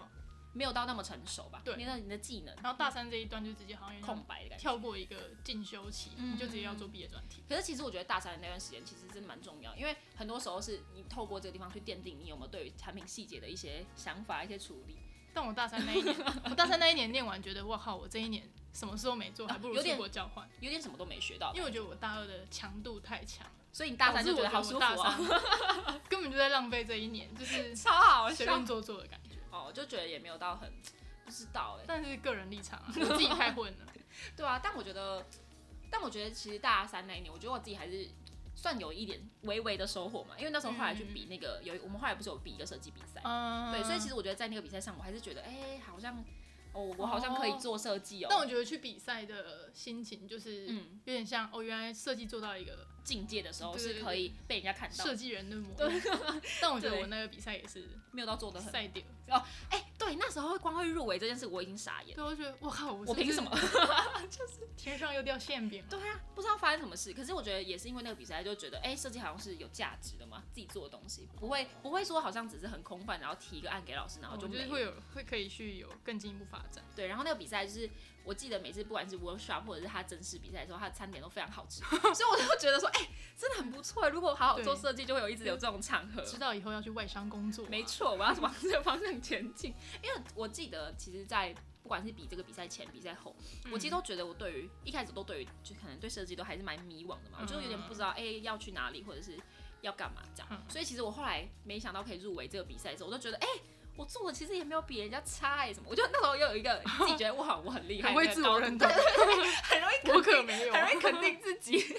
Speaker 1: 没有到那么成熟吧，
Speaker 2: 对
Speaker 1: 你的你的技能，嗯
Speaker 2: 然后大三这一段就直接好像有点
Speaker 1: 空白的感觉。
Speaker 2: 跳过一个进修期，
Speaker 1: 嗯
Speaker 2: 你就直接要做毕业专题。
Speaker 1: 可是其实我觉得大三的那段时间其实真的蛮重要，因为很多时候是你透过这个地方去奠定你有没有对于产品细节的一些想法、一些处理，
Speaker 2: 但我大三那一年，我大三那一年念完，觉得哇靠，我这一年什么事都没做，还不
Speaker 1: 啊有
Speaker 2: 如
Speaker 1: 点
Speaker 2: 出国交换，
Speaker 1: 有点什么都没学到
Speaker 2: 因，为我觉得我大二的强度太强了，
Speaker 1: 所以你大三就觉得好
Speaker 2: 导
Speaker 1: 舒
Speaker 2: 致
Speaker 1: 服
Speaker 2: 我觉得
Speaker 1: 哦，
Speaker 2: 我大三根本就在浪费这一年，就 是
Speaker 1: 超好
Speaker 2: 随
Speaker 1: 笑
Speaker 2: 便做做的感觉。
Speaker 1: 哦，就觉得也没有到很不知道哎、
Speaker 2: 但是个人立场啊，我自己太混了，
Speaker 1: 对啊，但我觉得，但我觉得其实大三那一年，我觉得我自己还是算有一点微微的收获嘛，因为那时候后来去比那个、有一我们后来不是有比一个设计比赛，
Speaker 2: 嗯，
Speaker 1: 对，所以其实我觉得在那个比赛上，我还是觉得哎、好像哦，我好像可以做设计哦，
Speaker 2: 但我觉得去比赛的心情就是
Speaker 1: 嗯
Speaker 2: 有点像哦，原来设计做到一个
Speaker 1: 境界的时候
Speaker 2: 对
Speaker 1: 是
Speaker 2: 对
Speaker 1: 可以被人家看到
Speaker 2: 设，计人的模样。 但我觉得
Speaker 1: 对
Speaker 2: 我那个比赛也是
Speaker 1: 没有到做的很
Speaker 2: 赛点，
Speaker 1: 哎、对，那时候光会入围这件事，我已经傻眼，
Speaker 2: 对，我就觉得哇靠，我
Speaker 1: 我
Speaker 2: 是不是
Speaker 1: 凭什么？
Speaker 2: 天上又掉馅饼了？
Speaker 1: 对啊，不知道发生什么事。可是我觉得也是因为那个比赛，就觉得哎，设、计好像是有价值的嘛，自己做的东西不会不会说好像只是很空泛，然后提一个案给老师，然后
Speaker 2: 我
Speaker 1: 啊就
Speaker 2: 就
Speaker 1: 没
Speaker 2: 是
Speaker 1: 了。
Speaker 2: 会有会可以去有更进一步发展。
Speaker 1: 对，然后那个比赛就是我记得每次不管是 workshop 或者是他真实比赛的时候，他的餐点都非常好 吃，所以我就觉得说哎、真的很不错。如果好好做
Speaker 2: 对
Speaker 1: 设计，就会有一直有这种场合。
Speaker 2: 知道以后要去外商工作啊、
Speaker 1: 呃没错，我要往这个方向前进，因为我记得其实，在不管是比这个比赛前、比赛后，
Speaker 2: 嗯，
Speaker 1: 我其实都觉得我对于一开始都对于就可能对设计都还是蛮迷惘的嘛，我就有点不知道哎、要去哪里或者是要干嘛这样，
Speaker 2: 嗯
Speaker 1: 所以其实我后来没想到可以入围这个比赛的时候，我就觉得哎、我做的其实也没有比人家差哎、什么，我就那时候又有一个自己觉得我好我很厉害，
Speaker 2: 很会
Speaker 1: 那个
Speaker 2: 自我
Speaker 1: 高
Speaker 2: 认
Speaker 1: 对
Speaker 2: 同，
Speaker 1: 很容易肯定
Speaker 2: 我可没有啊
Speaker 1: 很容易肯定自己，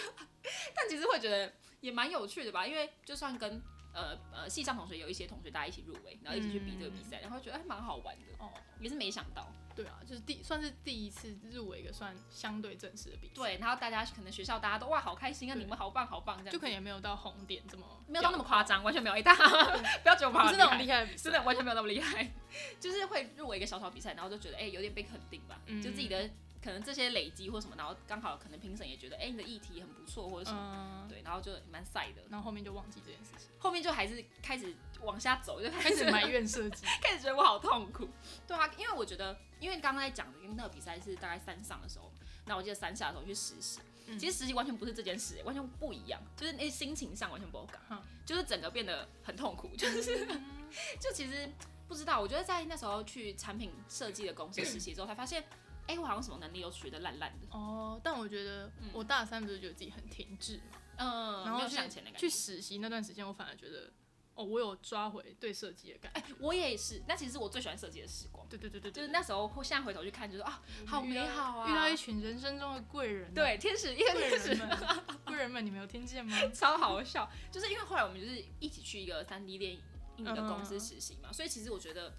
Speaker 1: 但其实会觉得也蛮有趣的吧，因为就算跟呃呃系上同学有一些同学大家一起入围，然后一起去比这个比赛，然后觉得哎蛮好玩的，
Speaker 2: 哦。
Speaker 1: 也是没想到。
Speaker 2: 对啊，就是第算是第一次入围一个算相对正式的比赛，
Speaker 1: 对，然后大家可能学校大家都哇好开心啊，
Speaker 2: 对
Speaker 1: 你们好棒好棒这样子，
Speaker 2: 就可能也没有到红点这么
Speaker 1: 没有到那么夸张，完全没有。哎、大家 不要觉得我们
Speaker 2: 不
Speaker 1: 好
Speaker 2: 是那种
Speaker 1: 厉
Speaker 2: 厉
Speaker 1: 害，
Speaker 2: 害的比赛，
Speaker 1: 真的完全没有那么厉害，就是会入围一个小小比赛，然后就觉得哎、有点被肯定吧，
Speaker 2: 嗯
Speaker 1: 就自己的可能这些累积或什么，然后刚好可能评审也觉得哎、你的议题很不错或者什么，
Speaker 2: 嗯，
Speaker 1: 对，然后就蛮晒的。
Speaker 2: 然后后面就忘记这件事情，
Speaker 1: 后面就还是开始往下走，就
Speaker 2: 开
Speaker 1: 开始
Speaker 2: 始埋怨设计，
Speaker 1: 开始觉得我好痛苦。对啊，因为我觉得，因为刚刚在讲的那个比赛是大概三上的时候嘛，那我记得三下的时候去实习，
Speaker 2: 嗯
Speaker 1: 其实实习完全不是这件事，完全不一样，就是那心情上完全不好
Speaker 2: 嗯
Speaker 1: 感，就是整个变得很痛苦，就是、 就其实不知道，我觉得在那时候去产品设计的公司实习之后，才发现，哎、我好像什么能力都学的烂烂的，
Speaker 2: 哦，但我觉得我大三不是觉得自己很停滞嘛，
Speaker 1: 嗯，没
Speaker 2: 然后
Speaker 1: 有
Speaker 2: 去
Speaker 1: 向前的感觉。
Speaker 2: 去实习那段时间，我反而觉得哦，我有抓回对设计的感觉，
Speaker 1: 哎、我也是，那其实是我最喜欢设计的时光，
Speaker 2: 对对对对
Speaker 1: 就
Speaker 2: 对，
Speaker 1: 是那时候或现在回头去看，就是啊，好
Speaker 2: 遇到
Speaker 1: 美好啊，
Speaker 2: 嗯遇到一群人生中的贵人啊，
Speaker 1: 对天使，因
Speaker 2: 贵
Speaker 1: 为天使
Speaker 2: 人们， 贵人们，你们有听见吗？
Speaker 1: 超好笑，就是因为后来我们就是一起去一个三 D 电影的公司
Speaker 2: 嗯
Speaker 1: 实习嘛，所以其实我觉得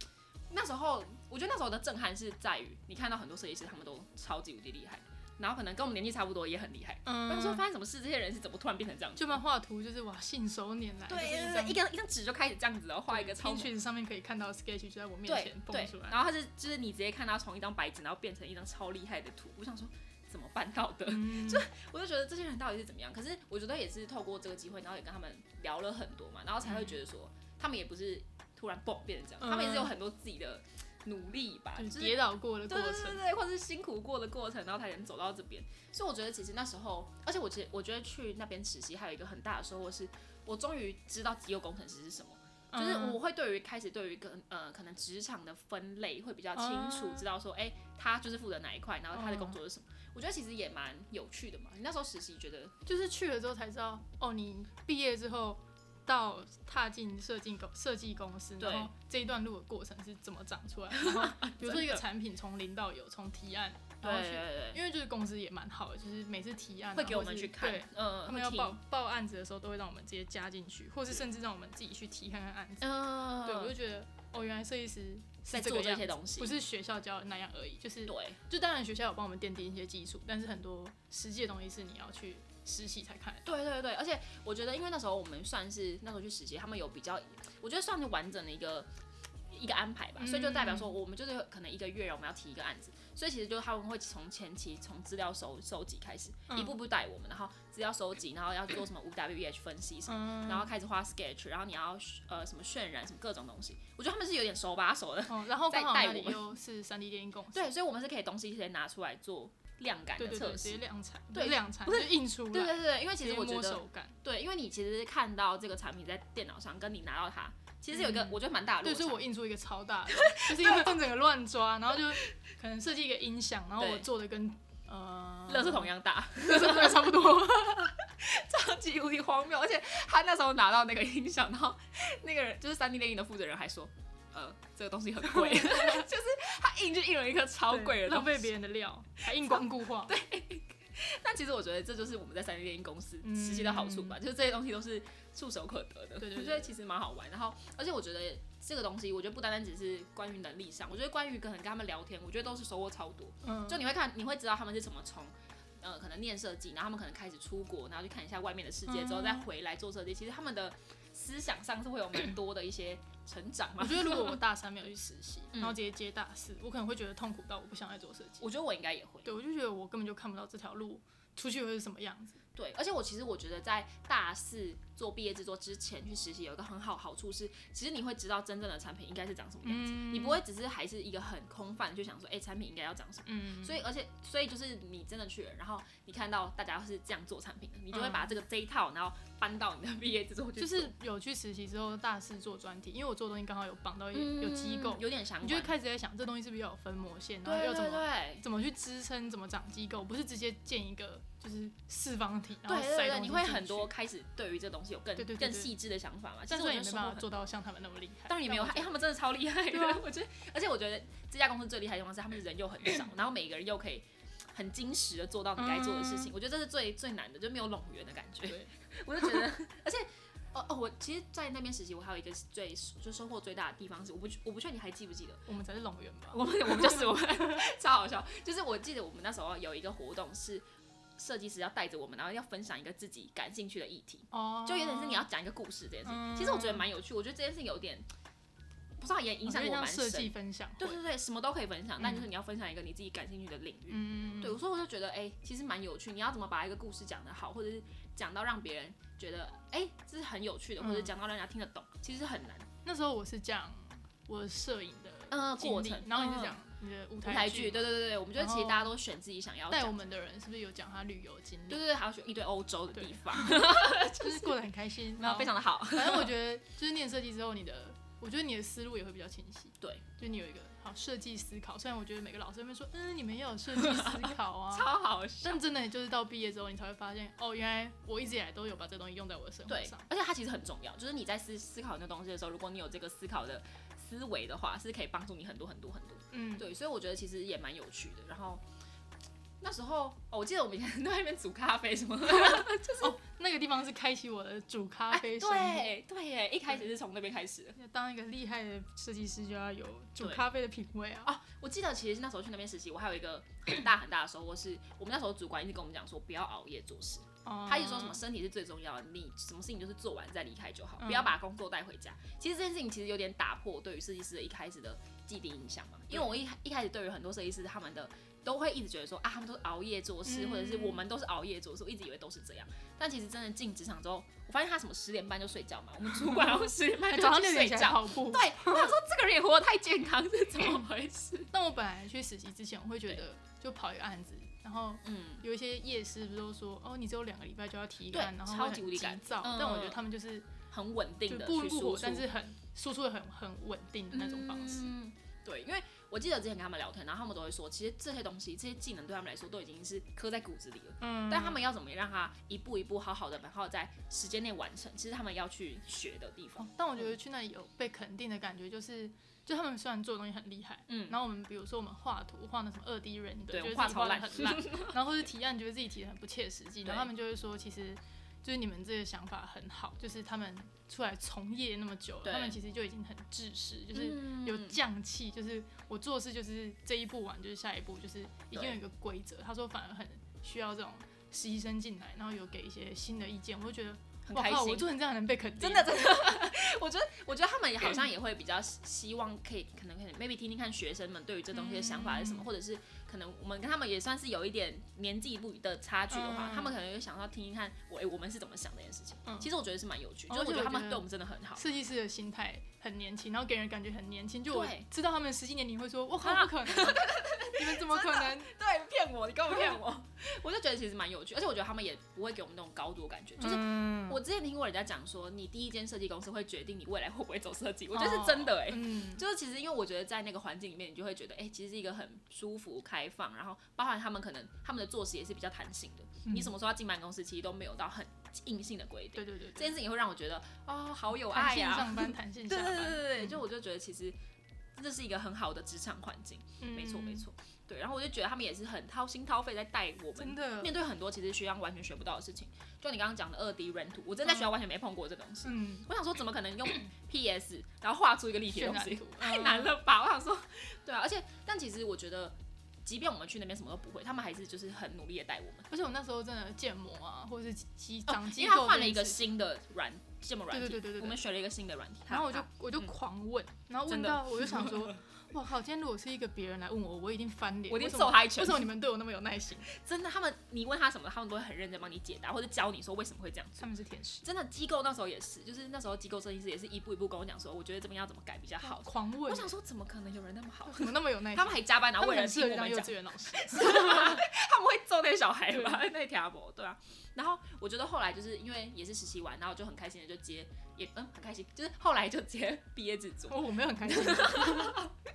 Speaker 1: 那时候，我觉得那时候的震撼是在于你看到很多设计师他们都超级无敌厉害，然后可能跟我们年纪差不多也很厉害，但
Speaker 2: 嗯
Speaker 1: 是说发生什么事，这些人是怎么突然变成这样子？
Speaker 2: 就漫画图就是哇，信手拈来，就是
Speaker 1: 对，
Speaker 2: 张
Speaker 1: 一个一张纸就开始这样子，然后画一个超
Speaker 2: 拼
Speaker 1: 美
Speaker 2: 裙上面可以看到 sketch 就在我面
Speaker 1: 对
Speaker 2: 前蹦
Speaker 1: 对
Speaker 2: 出，来，
Speaker 1: 然后他是就是你直接看他从一张白纸，然后变成一张超厉害的图，我想说怎么办到的？
Speaker 2: 嗯，
Speaker 1: 我就觉得这些人到底是怎么样？可是我觉得也是透过这个机会，然后也跟他们聊了很多嘛，然后才会觉得说，他们也不是突然蹦变成这样，
Speaker 2: 嗯
Speaker 1: 他们也是有很多自己的努力吧，
Speaker 2: 就
Speaker 1: 就是是
Speaker 2: 跌倒过的过
Speaker 1: 对对对
Speaker 2: 程，
Speaker 1: 对，或者是辛苦过的过程，然后才能走到这边。所以我觉得其实那时候，而且我其实我觉得去那边实习还有一个很大的收获是，我终于知道机构工程师是什么。就是
Speaker 2: 嗯
Speaker 1: 我会对于开始对于跟呃可能职场的分类会比较清楚，
Speaker 2: 哦
Speaker 1: 知道说，哎、他就是负责哪一块，然后他的
Speaker 2: 嗯
Speaker 1: 工作是什么。我觉得其实也蛮有趣的嘛。你那时候实习觉得
Speaker 2: 就是去了之后才知道，哦，你毕业之后到踏进设计公设计公司，
Speaker 1: 对
Speaker 2: 然后这一段路的过程是怎么长出来的？然 后比如说一个产品从零到有，从提案，
Speaker 1: 对
Speaker 2: 然后去，
Speaker 1: 对对，
Speaker 2: 因为就是公司也蛮好的，就是每次提案
Speaker 1: 会给我
Speaker 2: 然后
Speaker 1: 们
Speaker 2: 或
Speaker 1: 去
Speaker 2: 是
Speaker 1: 看
Speaker 2: 对，
Speaker 1: 呃，
Speaker 2: 他们要
Speaker 1: 会听
Speaker 2: 报，报案子的时候，都会让我们直接加进去，或是甚至让我们自己去提看看案子。
Speaker 1: 嗯，
Speaker 2: 对，我就觉得，哦，原来设计师是
Speaker 1: 在
Speaker 2: 这
Speaker 1: 做
Speaker 2: 个
Speaker 1: 这
Speaker 2: 样
Speaker 1: 些
Speaker 2: 子，
Speaker 1: 东西，
Speaker 2: 不是学校教的那样而已，就是
Speaker 1: 对
Speaker 2: 就当然学校有帮我们奠定一些基础，但是很多实际的东西是你要去实习才看得到。
Speaker 1: 对对对，而且我觉得，因为那时候我们算是那时候去实习，他们有比较，我觉得算是完整的一个一个安排吧，
Speaker 2: 嗯
Speaker 1: 所以就代表说我们就是可能一个月我们要提一个案子，所以其实就他们会从前期从资料收收集开始，
Speaker 2: 嗯
Speaker 1: 一步步带我们，然后资料收集，然后要做什么 5WH 分析什么。
Speaker 2: 嗯
Speaker 1: 然后开始画 sketch，然后你要呃什么渲染什么各种东西，我觉得他们是有点手把 手的，
Speaker 2: 哦，然后刚好
Speaker 1: 再带
Speaker 2: 那里
Speaker 1: 我们
Speaker 2: 又是三 D 电影公司，
Speaker 1: 对，所以我们是可以东西直接拿出来做量感
Speaker 2: 对
Speaker 1: 的
Speaker 2: 对对，
Speaker 1: 测
Speaker 2: 直接
Speaker 1: 试，
Speaker 2: 量产，
Speaker 1: 对
Speaker 2: 不是量产就是印出来，
Speaker 1: 对对对，因为
Speaker 2: 直
Speaker 1: 其
Speaker 2: 接
Speaker 1: 实我觉
Speaker 2: 摸
Speaker 1: 得
Speaker 2: 手感，
Speaker 1: 对，因为你其实是看到这个产品在电脑上，跟你拿到它，其实有一个、
Speaker 2: 嗯
Speaker 1: 我觉得蛮大的
Speaker 2: 对，
Speaker 1: 落差。
Speaker 2: 所以我印出一个 超大的，就是因为正整个乱抓，然后就可能设计一个音响，然后我
Speaker 1: 对
Speaker 2: 做的跟呃，
Speaker 1: 垃圾桶一样大，
Speaker 2: 垃圾桶差不多，
Speaker 1: 超级无敌荒谬。而且他那时候拿到那个音响，然后那个人就是三 D 电影的负责人还说，呃，这个东西很贵， 就是他印就印了一个超贵的
Speaker 2: 对浪
Speaker 1: 东
Speaker 2: 费
Speaker 1: 西。
Speaker 2: 别人的料，还印光固化，对，
Speaker 1: 但其实我觉得这就是我们在三 D 电影公司
Speaker 2: 嗯
Speaker 1: 实习的好处吧，就是这些东西都是触手可得的。
Speaker 2: 对对对
Speaker 1: 我觉得其实蛮好玩。然后，而且我觉得这个东西，我觉得不单单只是关于能力上，我觉得关于可能跟他们聊天，我觉得都是收获超多。
Speaker 2: 嗯，
Speaker 1: 就你会看，你会知道他们是怎么从，呃，可能念设计，然后他们可能开始出国，然后去看一下外面的世界，之后
Speaker 2: 嗯
Speaker 1: 再回来做设计。其实他们的思想上是会有蛮多的一些成长
Speaker 2: 我
Speaker 1: 嘛。
Speaker 2: 觉得如果我大三没有去实习，
Speaker 1: 嗯
Speaker 2: 然后直接接大四，我可能会觉得痛苦到我不想再做设 计。
Speaker 1: 我觉得我应该也会
Speaker 2: 对，我就觉得我根本就看不到这条路出去会是什么样子。
Speaker 1: 对，而且我其实我觉得在大四做毕业制作之前去实习有一个很好好处是，其实你会知道真正的产品应该是长什么样子，
Speaker 2: 嗯
Speaker 1: 你不，会只是还是一个很空泛的就想说，哎、产品应该要长什么。
Speaker 2: 嗯，
Speaker 1: 所以，而且，所以就是你真的去了，然后你看到大家是这样做产品的，你就会把这个这一套，然后搬到你的毕业制作去
Speaker 2: 嗯就
Speaker 1: 做
Speaker 2: 是有去实习之后，大四做专题，因为我做的东西刚好有绑到一点嗯有机构，
Speaker 1: 嗯有点想
Speaker 2: 你就会开始在想这东西是不是要有分模线，然后
Speaker 1: 对
Speaker 2: 要怎
Speaker 1: 对
Speaker 2: 么
Speaker 1: 对。
Speaker 2: 怎么去支撑，怎么长机构，不是直接建一个就是四方体，然
Speaker 1: 对
Speaker 2: 后
Speaker 1: 对
Speaker 2: 塞
Speaker 1: 对
Speaker 2: 东
Speaker 1: 对，
Speaker 2: 西
Speaker 1: 你会
Speaker 2: 进
Speaker 1: 很
Speaker 2: 去
Speaker 1: 多，开始对于这东西有更
Speaker 2: 对对对
Speaker 1: 更
Speaker 2: 对
Speaker 1: 细致的想法嘛。其
Speaker 2: 但
Speaker 1: 实
Speaker 2: 是
Speaker 1: 我
Speaker 2: 也
Speaker 1: 觉得
Speaker 2: 没
Speaker 1: 收
Speaker 2: 办
Speaker 1: 获
Speaker 2: 法
Speaker 1: 很
Speaker 2: 做到像他们那么厉害。
Speaker 1: 当然也没有，哎、他们真的超厉害的。
Speaker 2: 对啊
Speaker 1: 我觉得，而且我觉得这家公司最厉害的地方是他们人又很少，然后每个人又可以很矜持的做到你该做的事情。我觉得这是最最难的，就没有拢圆的感觉。
Speaker 2: 嗯对，
Speaker 1: 我就觉得，而且。哦哦，我其实，在那边实习，我还有一个最就收获最大的地方是，我不我不确定你还记不记得，
Speaker 2: 我们才是龙源吧？
Speaker 1: 我们我们就是我们超好笑，就是我记得我们那时候有一个活动是设计师要带着我们，然后要分享一个自己感兴趣的议题，
Speaker 2: 哦，嗯
Speaker 1: 就有点是你要讲一个故事这件事情。其实我觉得蛮有趣，我觉得这件事情有点不知道也影响
Speaker 2: 我觉
Speaker 1: 我
Speaker 2: 得像
Speaker 1: 蛮
Speaker 2: 设
Speaker 1: 深
Speaker 2: 计。分享会，
Speaker 1: 对对对，什么都可以分享
Speaker 2: 嗯，
Speaker 1: 但就是你要分享一个你自己感兴趣的领域。
Speaker 2: 嗯，
Speaker 1: 对，所以我就觉得，哎、其实蛮有趣。你要怎么把一个故事讲得好，或者是讲到让别人觉得，哎、这是很有趣的，
Speaker 2: 嗯
Speaker 1: 或者讲到让人家听得懂，其实很难。
Speaker 2: 那时候我是讲我摄影的
Speaker 1: 嗯
Speaker 2: 经历
Speaker 1: 过程
Speaker 2: 然后你是
Speaker 1: 嗯
Speaker 2: 讲你的舞
Speaker 1: 舞台剧，
Speaker 2: 剧，
Speaker 1: 对对对对，我们觉得其
Speaker 2: 然
Speaker 1: 实
Speaker 2: 后
Speaker 1: 大家都选自己想要
Speaker 2: 带我
Speaker 1: 讲。
Speaker 2: 们的人是不是有讲他旅游经历？
Speaker 1: 对对对，还要选一堆欧洲的地 方。
Speaker 2: 就是过得很开心，
Speaker 1: 然后非
Speaker 2: 常。
Speaker 1: 常的好。
Speaker 2: 反正我 觉得就是念设计之后，你的我觉得你的思路也会比较清晰。
Speaker 1: 对，
Speaker 2: 就你有一个好设计思考，虽然我觉得每个老师都会说，嗯，你们要有设计思考 啊。
Speaker 1: 超好笑。
Speaker 2: 但 真的就是到毕业之后，你才会发现，哦，原来我一直以来都有把这东西用在我的生活
Speaker 1: 对
Speaker 2: 上。，
Speaker 1: 而且它其实很重要，就是你在思思考很多东西的时候，如果你有这个思考的思维的话，是可以帮助你很多很多很多。
Speaker 2: 嗯，
Speaker 1: 对，所以我觉得其实也蛮有趣的。然后那时候，哦，我记得我每天 都在那边煮咖啡什么的。
Speaker 2: 那个地方是开启我的煮咖
Speaker 1: 哎
Speaker 2: 啡生活。
Speaker 1: 对对耶，一开始是从那边开始的。
Speaker 2: 要当一个厉害的设计师，就要有煮
Speaker 1: 对
Speaker 2: 咖啡的品味啊。
Speaker 1: 我记得其实那时候去那边实习，我还有一个很大很大的收获是，我们那时候主管一直跟我们讲说，不要熬夜做事。
Speaker 2: 哦
Speaker 1: 他一直说什么身体是最重要的，你什么事情就是做完再离开就好，
Speaker 2: 嗯
Speaker 1: 不要把工作带回家。其实这件事情其实有点打破对于设计师的一开始的既定印象嘛。因为我一一开始对于很多设计师他们的都会一直觉得说啊，他们都是熬夜做事，
Speaker 2: 嗯
Speaker 1: 或者是我们都是熬夜做事，我一直以为都是这样。但其实真的进职场之后，我发现他什么十点半就睡觉 嘛，我们主管我十点半
Speaker 2: 还
Speaker 1: 就
Speaker 2: 哎早上
Speaker 1: 去
Speaker 2: 六
Speaker 1: 睡
Speaker 2: 点起来
Speaker 1: 觉。
Speaker 2: 跑步。
Speaker 1: 对，我想说这个人也活得太健康是怎么回事？
Speaker 2: 但我本来去实习之前，我会觉得就跑一个案子，然后
Speaker 1: 嗯，
Speaker 2: 有一些夜师不是都说哦，你只有两个礼拜就要提一个
Speaker 1: 对
Speaker 2: 案，然后
Speaker 1: 超
Speaker 2: 很
Speaker 1: 级无敌
Speaker 2: 急
Speaker 1: 赶
Speaker 2: 躁。
Speaker 1: 嗯
Speaker 2: 但我觉得他们就是
Speaker 1: 很稳定
Speaker 2: 就
Speaker 1: 的
Speaker 2: 不温
Speaker 1: 去
Speaker 2: 不
Speaker 1: 输
Speaker 2: 火
Speaker 1: 出，，
Speaker 2: 但是很输出的很很稳定的那种方式。
Speaker 1: 嗯对，因为我记得之前跟他们聊天，然后他们都会说，其实这些东西、这些技能对他们来说都已经是刻在骨子里了。
Speaker 2: 嗯
Speaker 1: 但他们要怎么让他一步一步好好的，然后在时间内完成，其实他们要去学的地方
Speaker 2: 哦。但我觉得去那里有被肯定的感觉，就是就他们虽然做的东西很厉害，
Speaker 1: 嗯，
Speaker 2: 然后我们比如说我们画图画那什么二 D 人的，
Speaker 1: 对
Speaker 2: 觉得
Speaker 1: 我画
Speaker 2: 自己
Speaker 1: 超
Speaker 2: 画的
Speaker 1: 烂
Speaker 2: 很 烂，然后或是提案觉得自己提的很不切实际，然
Speaker 1: 对
Speaker 2: 后他们就会说其实。就是你们这个想法很好，就是他们出来从业那么久了，
Speaker 1: 对
Speaker 2: 他们其实就已经很自识，就是
Speaker 1: 嗯
Speaker 2: 有匠气，就是我做事就是这一步完就是下一步，就是已经
Speaker 1: 对
Speaker 2: 有一个规则。他说反而很需要这种实习生进来，然后有给一些新的意见，我就觉得
Speaker 1: 很
Speaker 2: 哇
Speaker 1: 开
Speaker 2: 靠，
Speaker 1: 心。
Speaker 2: 我做成这样能被肯定，
Speaker 1: 真的真的， 我觉得我觉得他们也好像也会比较希希望可以可能可以 maybe 听听看学生们对于这东西的想法是什么，
Speaker 2: 嗯
Speaker 1: 或者是可能我们跟他们也算是有一点年纪不的差距的话，
Speaker 2: 嗯
Speaker 1: 他们可能会想要听听看我哎、我们是怎么想这件事情。
Speaker 2: 嗯
Speaker 1: 其实我觉得是蛮有趣，就
Speaker 2: 哦
Speaker 1: 是我觉
Speaker 2: 而且我
Speaker 1: 得他
Speaker 2: 觉
Speaker 1: 们
Speaker 2: 得
Speaker 1: 对我们真的很好。
Speaker 2: 设计师的心态很年轻，然后给人感觉很年轻。就我
Speaker 1: 对
Speaker 2: 知道他们实际年龄会说，我靠，
Speaker 1: 啊
Speaker 2: 不可能，你们怎么可能？
Speaker 1: 对，骗我，你根本骗我。 我就觉得其实蛮有趣，而且我觉得他们也不会给我们那种高度的感觉，就是。
Speaker 2: 嗯
Speaker 1: 我之前听过人家讲说，你第一间设计公司会决定你未来会不会走设计，我觉得是真的哎、
Speaker 2: 哦嗯，
Speaker 1: 就是其实因为我觉得在那个环境里面，你就会觉得，哎、其实是一个很舒服、开放，然后包含他们可能他们的作息也是比较弹性的。
Speaker 2: 嗯
Speaker 1: 你什么时候要进办公室，其实都没有到很硬性的规定。
Speaker 2: 对对对
Speaker 1: 这
Speaker 2: 对，
Speaker 1: 件事情会让我觉得，哦，好有
Speaker 2: 弹
Speaker 1: 爱
Speaker 2: 性
Speaker 1: 呀、
Speaker 2: 上班，弹性
Speaker 1: 对
Speaker 2: 下
Speaker 1: 对对
Speaker 2: 班，
Speaker 1: 对对，
Speaker 2: 嗯
Speaker 1: 就我就觉得其实这是一个很好的职场环境，
Speaker 2: 嗯
Speaker 1: 没错没，错。对，然后我就觉得他们也是很掏心掏肺在带我
Speaker 2: 真
Speaker 1: 们。
Speaker 2: 的，
Speaker 1: 面对很多其实学校完全学不到的事情，就你刚刚讲的二 D rental，我真的在学校完全没碰过这东西。
Speaker 2: 嗯，
Speaker 1: 我想说，怎么可 能用 PS 然后画出一个立体的
Speaker 2: 渲
Speaker 1: 东
Speaker 2: 染
Speaker 1: 西？
Speaker 2: 图嗯
Speaker 1: 太难，了吧？我想说，对啊，而且但其实我觉得，即便我们去那边什么都不会，他们还是就是很努力的带我们
Speaker 2: 嗯。而且我那时候真的建模啊，或者是机长
Speaker 1: 哦因
Speaker 2: 机
Speaker 1: 为他
Speaker 2: 构，
Speaker 1: 换了一个，新的软这么软体，
Speaker 2: 对对对对对对
Speaker 1: 我们学了一个新的软体，
Speaker 2: 然后我就
Speaker 1: 它
Speaker 2: 我就
Speaker 1: 嗯
Speaker 2: 狂问，然后问
Speaker 1: 真的
Speaker 2: 到我就想 说，哇靠，今天如果是一个别人来问我，我一定翻脸，
Speaker 1: 我一定
Speaker 2: 为什么
Speaker 1: 揍他一拳
Speaker 2: 为什么你们对我那么有耐心？
Speaker 1: 真的他们你问他什么，他们都会很认真帮你解答，或者教你说为什么会这样做。
Speaker 2: 他们是天使，
Speaker 1: 真的机构那时候也是，就是那时候机构设计师也是一步一步跟我讲说，我觉得这边要怎么改比较好。
Speaker 2: 狂问，
Speaker 1: 我想说，怎么可能有人那么 好？
Speaker 2: 怎么那么有耐心？
Speaker 1: 他们还加班，然后
Speaker 2: 他们
Speaker 1: 为了
Speaker 2: 很适
Speaker 1: 听
Speaker 2: 合
Speaker 1: 我
Speaker 2: 当
Speaker 1: 们
Speaker 2: 幼
Speaker 1: 讲
Speaker 2: 稚园老师。
Speaker 1: 他们会揍那些小孩吧？那条不对啊。然后我觉得后来就是因为也是实习完，然后就很开心的就接，也嗯很开心，就是后来就接毕业制作，
Speaker 2: 哦，我没有很开心，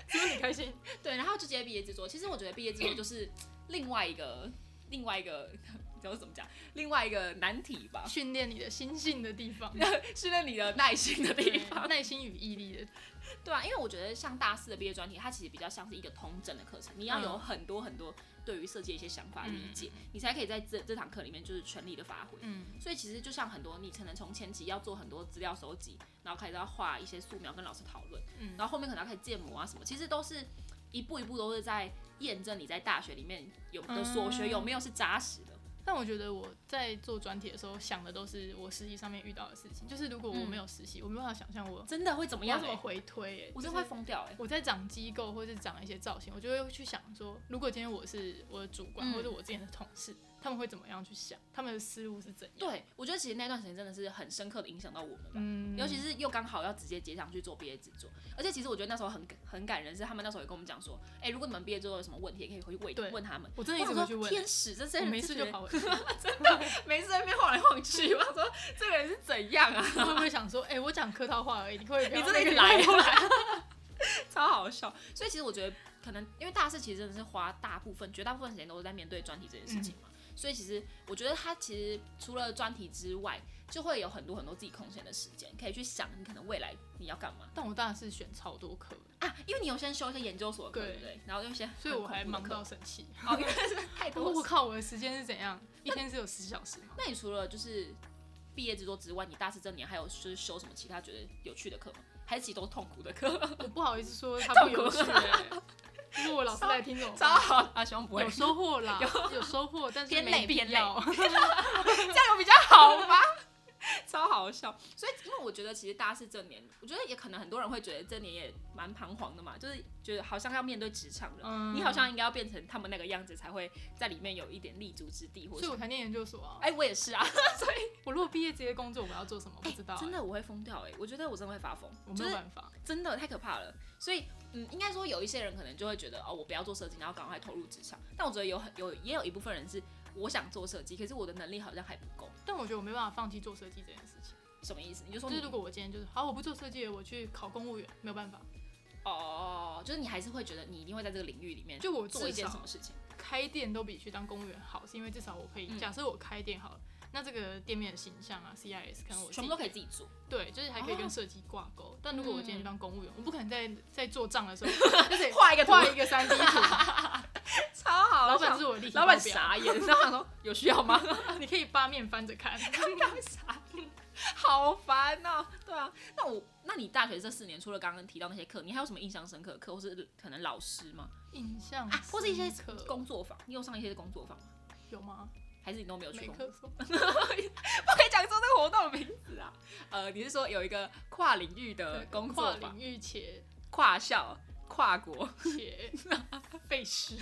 Speaker 2: 只有你开心。
Speaker 1: 对，然后就接毕业制作。其实我觉得毕业制作就是另外一个 另外一个，你知道我怎么讲？另外一个难题吧，
Speaker 2: 训练你的心性的地方，
Speaker 1: 训练你的耐心的地方。
Speaker 2: 耐心与毅力的。
Speaker 1: 对啊，因为我觉得像大四的毕业专题，它其实比较像是一个通整的课程，你要
Speaker 2: 嗯
Speaker 1: 有很多很多对于设计的一些想法理解，你才可以在这这堂课里面就是全力的发挥。
Speaker 2: 嗯，
Speaker 1: 所以其实就像很多，你可能从前期要做很多资料收集，然后开始要画一些素描跟老师讨论，
Speaker 2: 嗯
Speaker 1: 然后后面可能要开始建模啊什么，其实都是一步一步都是在验证你在大学里面有的所学
Speaker 2: 嗯
Speaker 1: 有没有是扎实的。
Speaker 2: 但我觉得我在做专题的时候想的都是我实习上面遇到的事情，就是如果我没有实习，我没办法想象我
Speaker 1: 真的会嗯怎么
Speaker 2: 我
Speaker 1: 样
Speaker 2: 要
Speaker 1: 欸、
Speaker 2: 怎么回推、欸。
Speaker 1: 我真
Speaker 2: 就是
Speaker 1: 的会疯掉哎、
Speaker 2: 我在长机构或是长一些造型，我就会去想说，如果今天我是我的主管、
Speaker 1: 嗯
Speaker 2: 或者我之前的同事，他们会怎么样去想，他们的思路是怎样？，
Speaker 1: 对，我觉得其实那段时间真的是很深刻的影响到我们吧。
Speaker 2: 嗯
Speaker 1: 尤其是又刚好要直接接上去做毕业制作，而且其实我觉得那时候很很感人，是他们那时候也跟我们讲说，哎、如果你们毕业之后有什么问题，也可以回去
Speaker 2: 对
Speaker 1: 问问他们。
Speaker 2: 我真的一
Speaker 1: 我
Speaker 2: 直
Speaker 1: 想
Speaker 2: 会去
Speaker 1: 说
Speaker 2: 问，
Speaker 1: 天使，这些
Speaker 2: 我
Speaker 1: 人
Speaker 2: 没
Speaker 1: 是
Speaker 2: 事
Speaker 1: 觉
Speaker 2: 就
Speaker 1: 得
Speaker 2: 跑回 去。
Speaker 1: 没事在那边晃来晃去，我想说这个人是怎样啊？
Speaker 2: 会不会想说，哎、我讲客套话而已，你会 不会
Speaker 1: 你真的一直来回来， 超好笑。所以其实我觉得，可能因为大四其实真的是花大部分、绝大部分时间都是在面对专题这件事情
Speaker 2: 嗯
Speaker 1: 嘛，所以其实我觉得他其实除了专题之外，就会有很多很多自己空闲的时间，可以去想你可能未来你要干嘛
Speaker 2: 但我大四选超多课，
Speaker 1: 啊？因为你有先修一些研究所的课，
Speaker 2: 对
Speaker 1: 对不对？然后又先，
Speaker 2: 所以我还忙
Speaker 1: 忙
Speaker 2: 到生气。
Speaker 1: 哦，因为是 太
Speaker 2: 我我
Speaker 1: 多。
Speaker 2: 靠，我的时间是怎样？一天是有十 小时吗？
Speaker 1: 那你除了就是毕业制作之外，你大四这年还有就是修什么其他觉得有趣的课吗？还是其实都是痛苦的课？
Speaker 2: 我不好意思说他不有趣、欸，如果我老师来听怎 么
Speaker 1: 超
Speaker 2: 办？
Speaker 1: 好，啊，希望不会
Speaker 2: 有收 获啦，有收获，但是
Speaker 1: 偏
Speaker 2: 没
Speaker 1: 累
Speaker 2: 必
Speaker 1: 偏累
Speaker 2: 要。
Speaker 1: 这样有比较好吗？超 超好笑。所以，因为我觉得其实大四这年，我觉得也可能很多人会觉得这年也蛮彷徨的嘛，就是觉得好像要面对职场了，
Speaker 2: 嗯
Speaker 1: 你好像应该要变成他们那个样子，才会在里面有一点立足之地，或
Speaker 2: 所
Speaker 1: 者
Speaker 2: 以我才念研究所啊。
Speaker 1: 哎、我也是啊，
Speaker 2: 我如果毕业直接工作，我要做什么？不知道、欸嗯
Speaker 1: 真，的我会疯掉哎、我觉得我真的会发疯，
Speaker 2: 我
Speaker 1: 就是
Speaker 2: 没有办法。
Speaker 1: 真的太可怕了。所以，嗯，应该说有一些人可能就会觉得，哦，我不要做设计，然后赶快投入职场。但我觉得有很有也有一部分人是，我想做设计，可是我的能力好像还不够。
Speaker 2: 但我觉得我没办法放弃做设计这件事情。嗯
Speaker 1: 什么意思？你就说
Speaker 2: 就
Speaker 1: 你
Speaker 2: 是如果我今天就是好，我不做设计了，我去考公务员，没有办法。
Speaker 1: 哦，就是你还是会觉得你一定会在这个领域里面
Speaker 2: 就我
Speaker 1: 做一
Speaker 2: 至
Speaker 1: 件
Speaker 2: 少
Speaker 1: 什么事情。
Speaker 2: 开店都比去当公务员好，是因为至少我可以，
Speaker 1: 嗯
Speaker 2: 假设我开店好了，那这个店面的形象啊，CIS 可能我
Speaker 1: 全部都可以自己做，
Speaker 2: 以，对，就是还可以
Speaker 1: 哦
Speaker 2: 跟设计挂钩。但如果我今
Speaker 1: 嗯
Speaker 2: 天去当公务员，我不可能在在做账的时 候就是
Speaker 1: 画一个图，
Speaker 2: 画一个三 D 图，
Speaker 1: 超好
Speaker 2: 老板是我的立体
Speaker 1: 老板
Speaker 2: 报表
Speaker 1: 傻眼，然后想说有需要吗？
Speaker 2: 你可以八面翻着看。
Speaker 1: 老板傻眼， 好烦哦、对啊，那我那你大学这四年，除了刚刚提到那些课，你还有什么印象深刻的课，或是可能老师吗？
Speaker 2: 印象
Speaker 1: 啊，或是一些
Speaker 2: 深刻
Speaker 1: 工作坊，你有上一些工作坊吗？
Speaker 2: 有吗？
Speaker 1: 还是你都没有去
Speaker 2: 没
Speaker 1: 工
Speaker 2: 课
Speaker 1: 作？
Speaker 2: 说。
Speaker 1: 不可以讲出这个活动的名字啊。 呃，你是说有一个跨领域
Speaker 2: 呃
Speaker 1: 的工作
Speaker 2: 跨
Speaker 1: 坊，
Speaker 2: 领域且
Speaker 1: 跨校、跨国
Speaker 2: 且费 时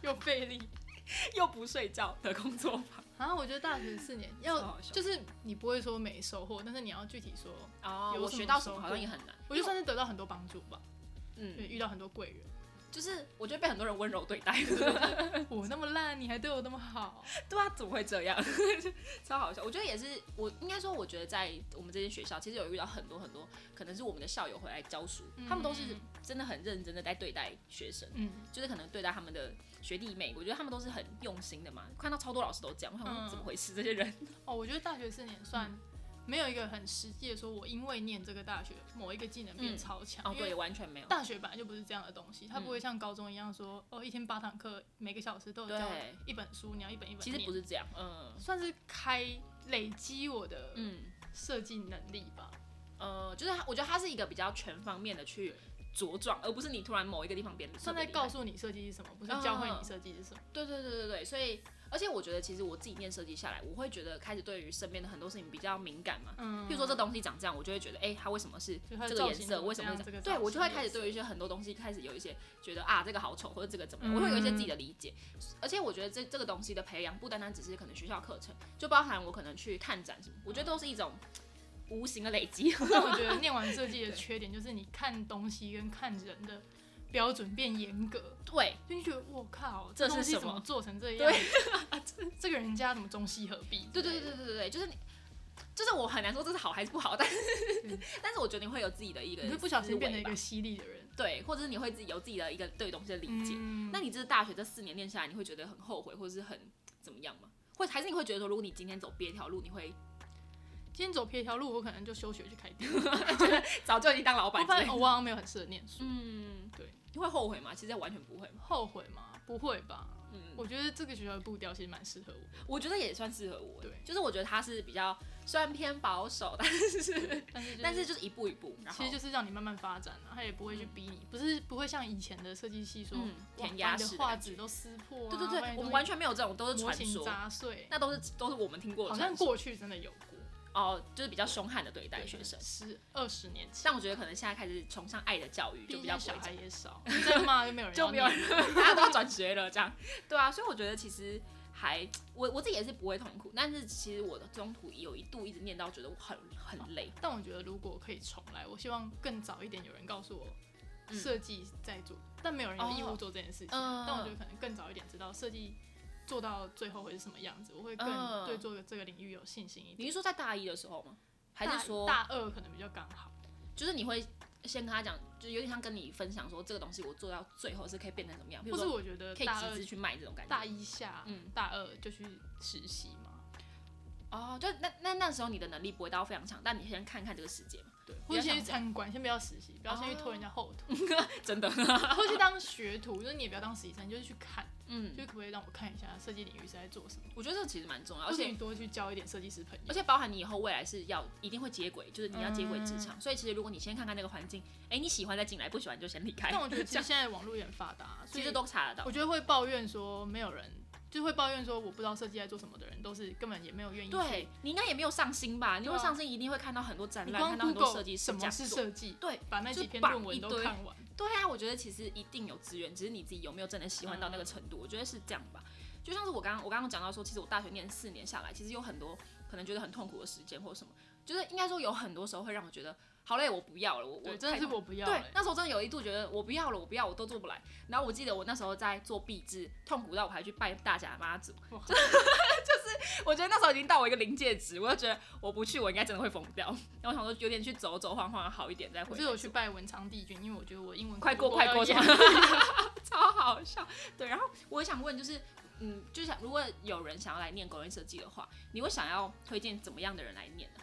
Speaker 2: 又费力。
Speaker 1: 又不睡觉的工作坊？
Speaker 2: 然后我觉得大学四年
Speaker 1: 超
Speaker 2: 要
Speaker 1: 好笑
Speaker 2: 就是你不会说没收获，但是你要具体说，
Speaker 1: 哦
Speaker 2: 有
Speaker 1: 我
Speaker 2: 什
Speaker 1: 学
Speaker 2: 么
Speaker 1: 到
Speaker 2: 收
Speaker 1: 什么好
Speaker 2: 获
Speaker 1: 像也很难。
Speaker 2: 我就算是得到很多帮助吧，对，
Speaker 1: 嗯，
Speaker 2: 遇到很多贵人。
Speaker 1: 就是我觉得被很多人温柔对 待，嗯
Speaker 2: 我那么烂，你还对我那么 好，
Speaker 1: 对啊，怎么会这样？ 超好笑。我觉得也是，我应该说，我觉得在我们这间学校，其实有遇到很多很多，可能是我们的校友回来教书，他们都是
Speaker 2: 嗯
Speaker 1: 真的很认真的在对待学生。
Speaker 2: 嗯，
Speaker 1: 就是可能对待他们的学弟妹，我觉得他们都是很用心的嘛。看到超多老师都这样，我想说
Speaker 2: 嗯
Speaker 1: 怎么回事？这些人
Speaker 2: 哦，我觉得大学四年算
Speaker 1: 嗯
Speaker 2: 没有一个很实际的说，我因为念这个大学某一个技能变
Speaker 1: 嗯
Speaker 2: 超强，
Speaker 1: 哦，
Speaker 2: 因为
Speaker 1: 对，完全没有。
Speaker 2: 大学本来就不是这样的东西，它
Speaker 1: 嗯
Speaker 2: 不会像高中一样说，哦，一天八堂课，每个小时都有教
Speaker 1: 对
Speaker 2: 一本书，你要一本一本
Speaker 1: 其
Speaker 2: 念。
Speaker 1: 实不是这样，嗯
Speaker 2: 算是开累积我的
Speaker 1: 嗯
Speaker 2: 设计能力吧。
Speaker 1: 呃，就是他我觉得他是一个比较全方面的去茁壮，而不是你突然某一个地方变得特
Speaker 2: 算
Speaker 1: 别
Speaker 2: 在
Speaker 1: 厉害
Speaker 2: 告诉你设计是什么，不是教会你设计是什么。
Speaker 1: 对对对对对，所以而且我觉得其实我自己念设计下来，我会觉得开始对于身边的很多事情比较敏感嘛。
Speaker 2: 嗯，
Speaker 1: 譬如说这东西长这样，我就会觉得，哎、它为什么是
Speaker 2: 就它的
Speaker 1: 这个颜
Speaker 2: 造型
Speaker 1: 色？
Speaker 2: 怎么
Speaker 1: 为什么
Speaker 2: 样
Speaker 1: 会
Speaker 2: 这个
Speaker 1: 对
Speaker 2: 造
Speaker 1: 我就会
Speaker 2: 型
Speaker 1: 开始
Speaker 2: 颜色
Speaker 1: 对于一些很多东西开始有一些觉得啊，这个好丑，或者这个怎么样，
Speaker 2: 嗯
Speaker 1: 我会有一些自己的理解。而且我觉得这这个东西的培养，不单单只是可能学校课程，就包含我可能去看展什么，我觉得都是一种无形的累积。
Speaker 2: 但我觉得念完设计的缺点就是你看东西跟看人的标准变严格，
Speaker 1: 对，
Speaker 2: 就你觉得我靠，
Speaker 1: 这是
Speaker 2: 东西
Speaker 1: 什
Speaker 2: 怎么
Speaker 1: 么
Speaker 2: 做成这样？ 这个人家怎么中西合璧？
Speaker 1: 对对对对对对，就是你，就是我很难说这是好还是不好，但是、
Speaker 2: 嗯
Speaker 1: 但是我觉得你会有自己的一个
Speaker 2: 你会不小
Speaker 1: 思
Speaker 2: 心
Speaker 1: 维
Speaker 2: 变成一
Speaker 1: 吧
Speaker 2: 个犀利的人。
Speaker 1: 对，或者是你会自己有自己的一个对东西的理解。
Speaker 2: 嗯
Speaker 1: 那你这大学这四年念下来，你会觉得很后悔，或者是很怎么样吗？或还是你会觉得说，如果你今天走别条路，你会
Speaker 2: 今天走偏一条路，我可能就休学去开店。
Speaker 1: 早就已经当老
Speaker 2: 我
Speaker 1: 板之
Speaker 2: 发
Speaker 1: 类
Speaker 2: 现
Speaker 1: 的
Speaker 2: 哦我好像没有很适合念书，
Speaker 1: 嗯，
Speaker 2: 对，
Speaker 1: 你会后悔吗？其实完全不会嘛。
Speaker 2: 后悔吗？不会吧？
Speaker 1: 嗯，我
Speaker 2: 我觉得这个学校的步调其实蛮适合 我，
Speaker 1: 我觉得也算适合我。
Speaker 2: 对
Speaker 1: 就是我觉得他是比较虽然偏保守，但是
Speaker 2: 但是、就是、
Speaker 1: 但是就是一步一步，然后
Speaker 2: 其实就是让你慢慢发展啊，他也不会去逼你，不是不会像以前的设计系说，
Speaker 1: 嗯
Speaker 2: 哇
Speaker 1: 填鸭
Speaker 2: 把你
Speaker 1: 式的
Speaker 2: 的画
Speaker 1: 感
Speaker 2: 纸都撕破、啊，
Speaker 1: 对对
Speaker 2: 把
Speaker 1: 对，
Speaker 2: 你
Speaker 1: 我们
Speaker 2: 东
Speaker 1: 完全没有这种，都是
Speaker 2: 西模
Speaker 1: 传
Speaker 2: 型
Speaker 1: 说，
Speaker 2: 砸碎，
Speaker 1: 那都是都是我们听过的
Speaker 2: 好像
Speaker 1: 传说
Speaker 2: 过去真的有过
Speaker 1: 哦，就是比较凶悍的对待
Speaker 2: 对
Speaker 1: 学生。
Speaker 2: 十二十年前，
Speaker 1: 但我觉得可能现在开始崇尚爱的教育，就
Speaker 2: 毕
Speaker 1: 比较
Speaker 2: 竟
Speaker 1: 不会这
Speaker 2: 小孩
Speaker 1: 样
Speaker 2: 也少，你再骂就没有人
Speaker 1: 就
Speaker 2: 要
Speaker 1: 没有
Speaker 2: 念，
Speaker 1: 人，大家都要转学了，这样 对啊，所以我觉得其实还我我自己也是不会痛苦，但是其实我的中途有一度一直念到觉得我很很累，
Speaker 2: 但我觉得如果可以重来，我希望更早一点有人告诉我
Speaker 1: 嗯
Speaker 2: 设计在做，但没有人有义务
Speaker 1: 哦
Speaker 2: 做这件事情
Speaker 1: 嗯
Speaker 2: 啊。但我觉得可能更早一点知道设计做到最后会是什么样子，我
Speaker 1: 嗯
Speaker 2: 会更对做这个领域有信心一
Speaker 1: 你
Speaker 2: 点。
Speaker 1: 是说在大一的时候吗？还是说
Speaker 2: 大大二可能比较刚好？
Speaker 1: 就是你会先跟他讲，就有点像跟你分享说这个东西我做到最后是可以变成什么样，比
Speaker 2: 或
Speaker 1: 如
Speaker 2: 是
Speaker 1: 说
Speaker 2: 我觉得
Speaker 1: 可以
Speaker 2: 大
Speaker 1: 集
Speaker 2: 二
Speaker 1: 资去卖这种感觉。
Speaker 2: 大一下，
Speaker 1: 嗯
Speaker 2: 大二就去实习嘛，
Speaker 1: 哦，就那那那时候你的能力不会到非常强，但你先看看这个世界嘛，
Speaker 2: 对，
Speaker 1: 比
Speaker 2: 或
Speaker 1: 较哦
Speaker 2: 者
Speaker 1: 像
Speaker 2: 先去参观，先不要实习，不要先去拖人家后 腿，
Speaker 1: 真的，
Speaker 2: 或者去当学徒，就是你也不要当实习生，你就是去看，
Speaker 1: 嗯，
Speaker 2: 就是可不可以让我看一下设计领域是在做什么，
Speaker 1: 我觉得这其实蛮重要，而
Speaker 2: 而
Speaker 1: 且
Speaker 2: 且你多去交一点设计师朋友
Speaker 1: 而。且包含你以后未来是要一定会接轨，就是你要接轨
Speaker 2: 嗯
Speaker 1: 职场，所以其实如果你先看看那个环境，哎、你喜欢再进来，不喜欢就先离开。
Speaker 2: 但我觉得
Speaker 1: 这
Speaker 2: 其实
Speaker 1: 样
Speaker 2: 现在网络也很发达，所
Speaker 1: 其
Speaker 2: 以
Speaker 1: 实都查得
Speaker 2: 我
Speaker 1: 到。
Speaker 2: 觉得会抱怨说没有人就会抱怨说我不知道设计在做什么的人，都是根本也没有愿意
Speaker 1: 对
Speaker 2: 去。
Speaker 1: 你应该也没有上心吧？你如果
Speaker 2: 对啊
Speaker 1: 上心，一定会看到很多展
Speaker 2: 你
Speaker 1: 览，
Speaker 2: 光
Speaker 1: 看到很多
Speaker 2: Google
Speaker 1: 设计师
Speaker 2: 什么
Speaker 1: 讲
Speaker 2: 是
Speaker 1: 座。
Speaker 2: 设计，
Speaker 1: 对
Speaker 2: 把那
Speaker 1: 就
Speaker 2: 几篇
Speaker 1: 绑
Speaker 2: 论文
Speaker 1: 一
Speaker 2: 都
Speaker 1: 堆
Speaker 2: 看完。
Speaker 1: 对啊，我觉得其实一定有资源，只是你自己有没有真的喜欢到那个程度。我觉得是这样吧。就像是我刚刚我刚刚讲到说，其实我大学念四年下来，其实有很多可能觉得很痛苦的时间或什么，就是应该说有很多时候会让我觉得好累，我不要了，我我
Speaker 2: 对，真的
Speaker 1: 太
Speaker 2: 是我不要、
Speaker 1: 对
Speaker 2: 欸，。
Speaker 1: 那时候真的有一度觉得我不要了，我不要，我都做不来。然后我记得我那时候在做壁纸，痛苦到我还去拜大甲妈祖，
Speaker 2: 哇
Speaker 1: 就就是我觉得那时候已经到我一个临界值，我就觉得我不去，我应该真的会疯掉。 然后我想说有点去走走晃晃好一点再回
Speaker 2: 我
Speaker 1: 来
Speaker 2: 是
Speaker 1: 做。
Speaker 2: 有去拜文昌帝君，因为我觉得我英文
Speaker 1: 快
Speaker 2: 过
Speaker 1: 过快过什
Speaker 2: 什
Speaker 1: 么
Speaker 2: 么？，
Speaker 1: 超好笑。对，然后我也想问，就是嗯，就想如果有人想要来念工业设计的话，你会想要推荐怎么样的人来念呢？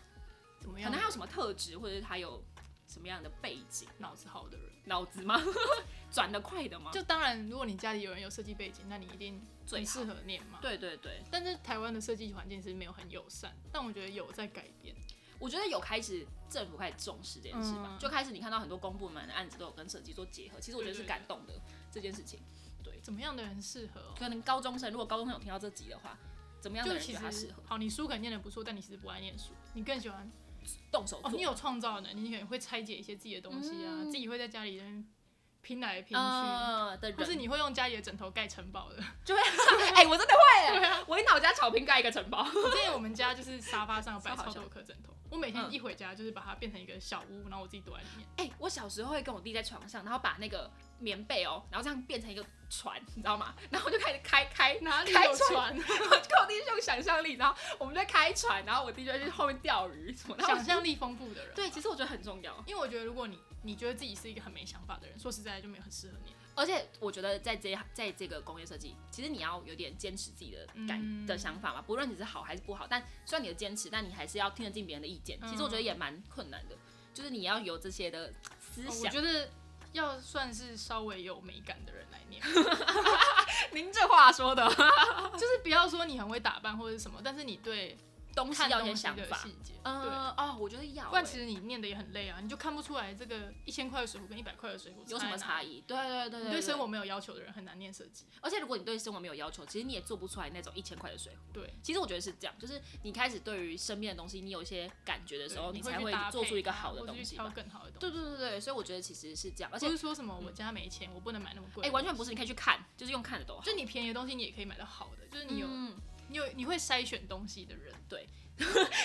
Speaker 2: 怎么
Speaker 1: 可
Speaker 2: 样？
Speaker 1: 能他有什么特质，或者是他有什么样的背景？
Speaker 2: 脑子好的人。
Speaker 1: 脑子吗？ 转得快的吗？
Speaker 2: 就当然，如果你家里有人有设计背景，那你一定
Speaker 1: 最
Speaker 2: 很
Speaker 1: 好
Speaker 2: 适合念嘛。
Speaker 1: 对对对，
Speaker 2: 但是台湾的设计环境是没有很友善，但我觉得有在改变。
Speaker 1: 我觉得有开始政府开始重视这件事吧，
Speaker 2: 嗯
Speaker 1: 就开始你看到很多公部门的案子都有跟设计做结合，其实我觉得是
Speaker 2: 对对对
Speaker 1: 感动的这件事情。
Speaker 2: 怎么样的人适合、哦？
Speaker 1: 可能高中生，如果高中生有听到这集的话，怎么样的
Speaker 2: 就
Speaker 1: 人
Speaker 2: 其
Speaker 1: 觉得他适
Speaker 2: 实
Speaker 1: 合
Speaker 2: 好，你书可能念的不错，但你其实不爱念书，你更喜欢
Speaker 1: 动手
Speaker 2: 哦，你
Speaker 1: 做？
Speaker 2: 有创造能力，你可能会拆解一些自己的东西啊，
Speaker 1: 嗯
Speaker 2: 自己会在家里人拼来拼去，
Speaker 1: 呃的
Speaker 2: 或是
Speaker 1: 人，
Speaker 2: 你会用家里的枕头盖城堡的。
Speaker 1: 就会 哎、我真的会
Speaker 2: 啊
Speaker 1: 耶，我一拿我家草坪盖一个城堡，
Speaker 2: 我之前我们家就是沙发上摆
Speaker 1: 超好
Speaker 2: 超
Speaker 1: 笑
Speaker 2: 多颗枕头，我每天
Speaker 1: 嗯
Speaker 2: 一回家就是把它变成一个小屋，然后我自己躲在里面。
Speaker 1: 哎、我小时候会跟我弟在床上，然后把那个棉被哦，然后这样变成一个船，你知道吗？然后我就开始开开，
Speaker 2: 哪里
Speaker 1: 开
Speaker 2: 有
Speaker 1: 船
Speaker 2: 船？
Speaker 1: 我就跟我弟是用想象力，然后我们就开船，然后我弟就会去后面钓鱼什么的。
Speaker 2: 想象力丰富的 人。
Speaker 1: 对，其实我觉得很重要，
Speaker 2: 因为我觉得如果你你觉得自己是一个很没想法的人，说实在就没有很适合你。
Speaker 1: 而且我觉得在这一行在这个工业设计，其实你要有点坚持自己的感、
Speaker 2: 嗯
Speaker 1: 的想法嘛，不论你是好还是不好，但虽然你的坚持，但你还是要听得进别人的意见。其实
Speaker 2: 嗯
Speaker 1: 我觉得也蛮困难的，就是你要有这些的思
Speaker 2: 哦我
Speaker 1: 想。
Speaker 2: 觉得要算是稍微有美感的人来念，
Speaker 1: 您这话说的，
Speaker 2: 就是不要说你很会打扮或者是什么，但是你对
Speaker 1: 东西
Speaker 2: 看
Speaker 1: 要
Speaker 2: 东
Speaker 1: 有
Speaker 2: 西
Speaker 1: 点想
Speaker 2: 的
Speaker 1: 法
Speaker 2: 细。节。对，
Speaker 1: 呃哦，我觉得要、
Speaker 2: 不然其
Speaker 1: 欸，
Speaker 2: 实你念的也很累啊，你就看不出来这个一千块的水壶跟一百块的水壶
Speaker 1: 有什么差
Speaker 2: 异。
Speaker 1: 异？对对对
Speaker 2: 你
Speaker 1: 对
Speaker 2: 对生活，没有要求的人很难念设计。
Speaker 1: 而且如果你对生活没有要求，其实你也做不出来那种一千块的水壶。
Speaker 2: 对，
Speaker 1: 其实我觉得是这样，就是你开始对于身边的东西，你有一些感觉的时候，你
Speaker 2: 对你
Speaker 1: 才
Speaker 2: 去
Speaker 1: 会
Speaker 2: 搭
Speaker 1: 做出
Speaker 2: 配
Speaker 1: 一个
Speaker 2: 它
Speaker 1: 好的
Speaker 2: 或是
Speaker 1: 东
Speaker 2: 去
Speaker 1: 西
Speaker 2: 挑
Speaker 1: 吧。
Speaker 2: 更好的东西。
Speaker 1: 对对对对，所以我觉得其实是这样，而且
Speaker 2: 不是说什么我家没钱，我不能买那么贵。
Speaker 1: 哎、完全不是，你可以去看，就是用看的都好。
Speaker 2: 就你便宜的东西你也可以买到好的，就是你有
Speaker 1: 嗯、
Speaker 2: 你有你会筛选东西的人，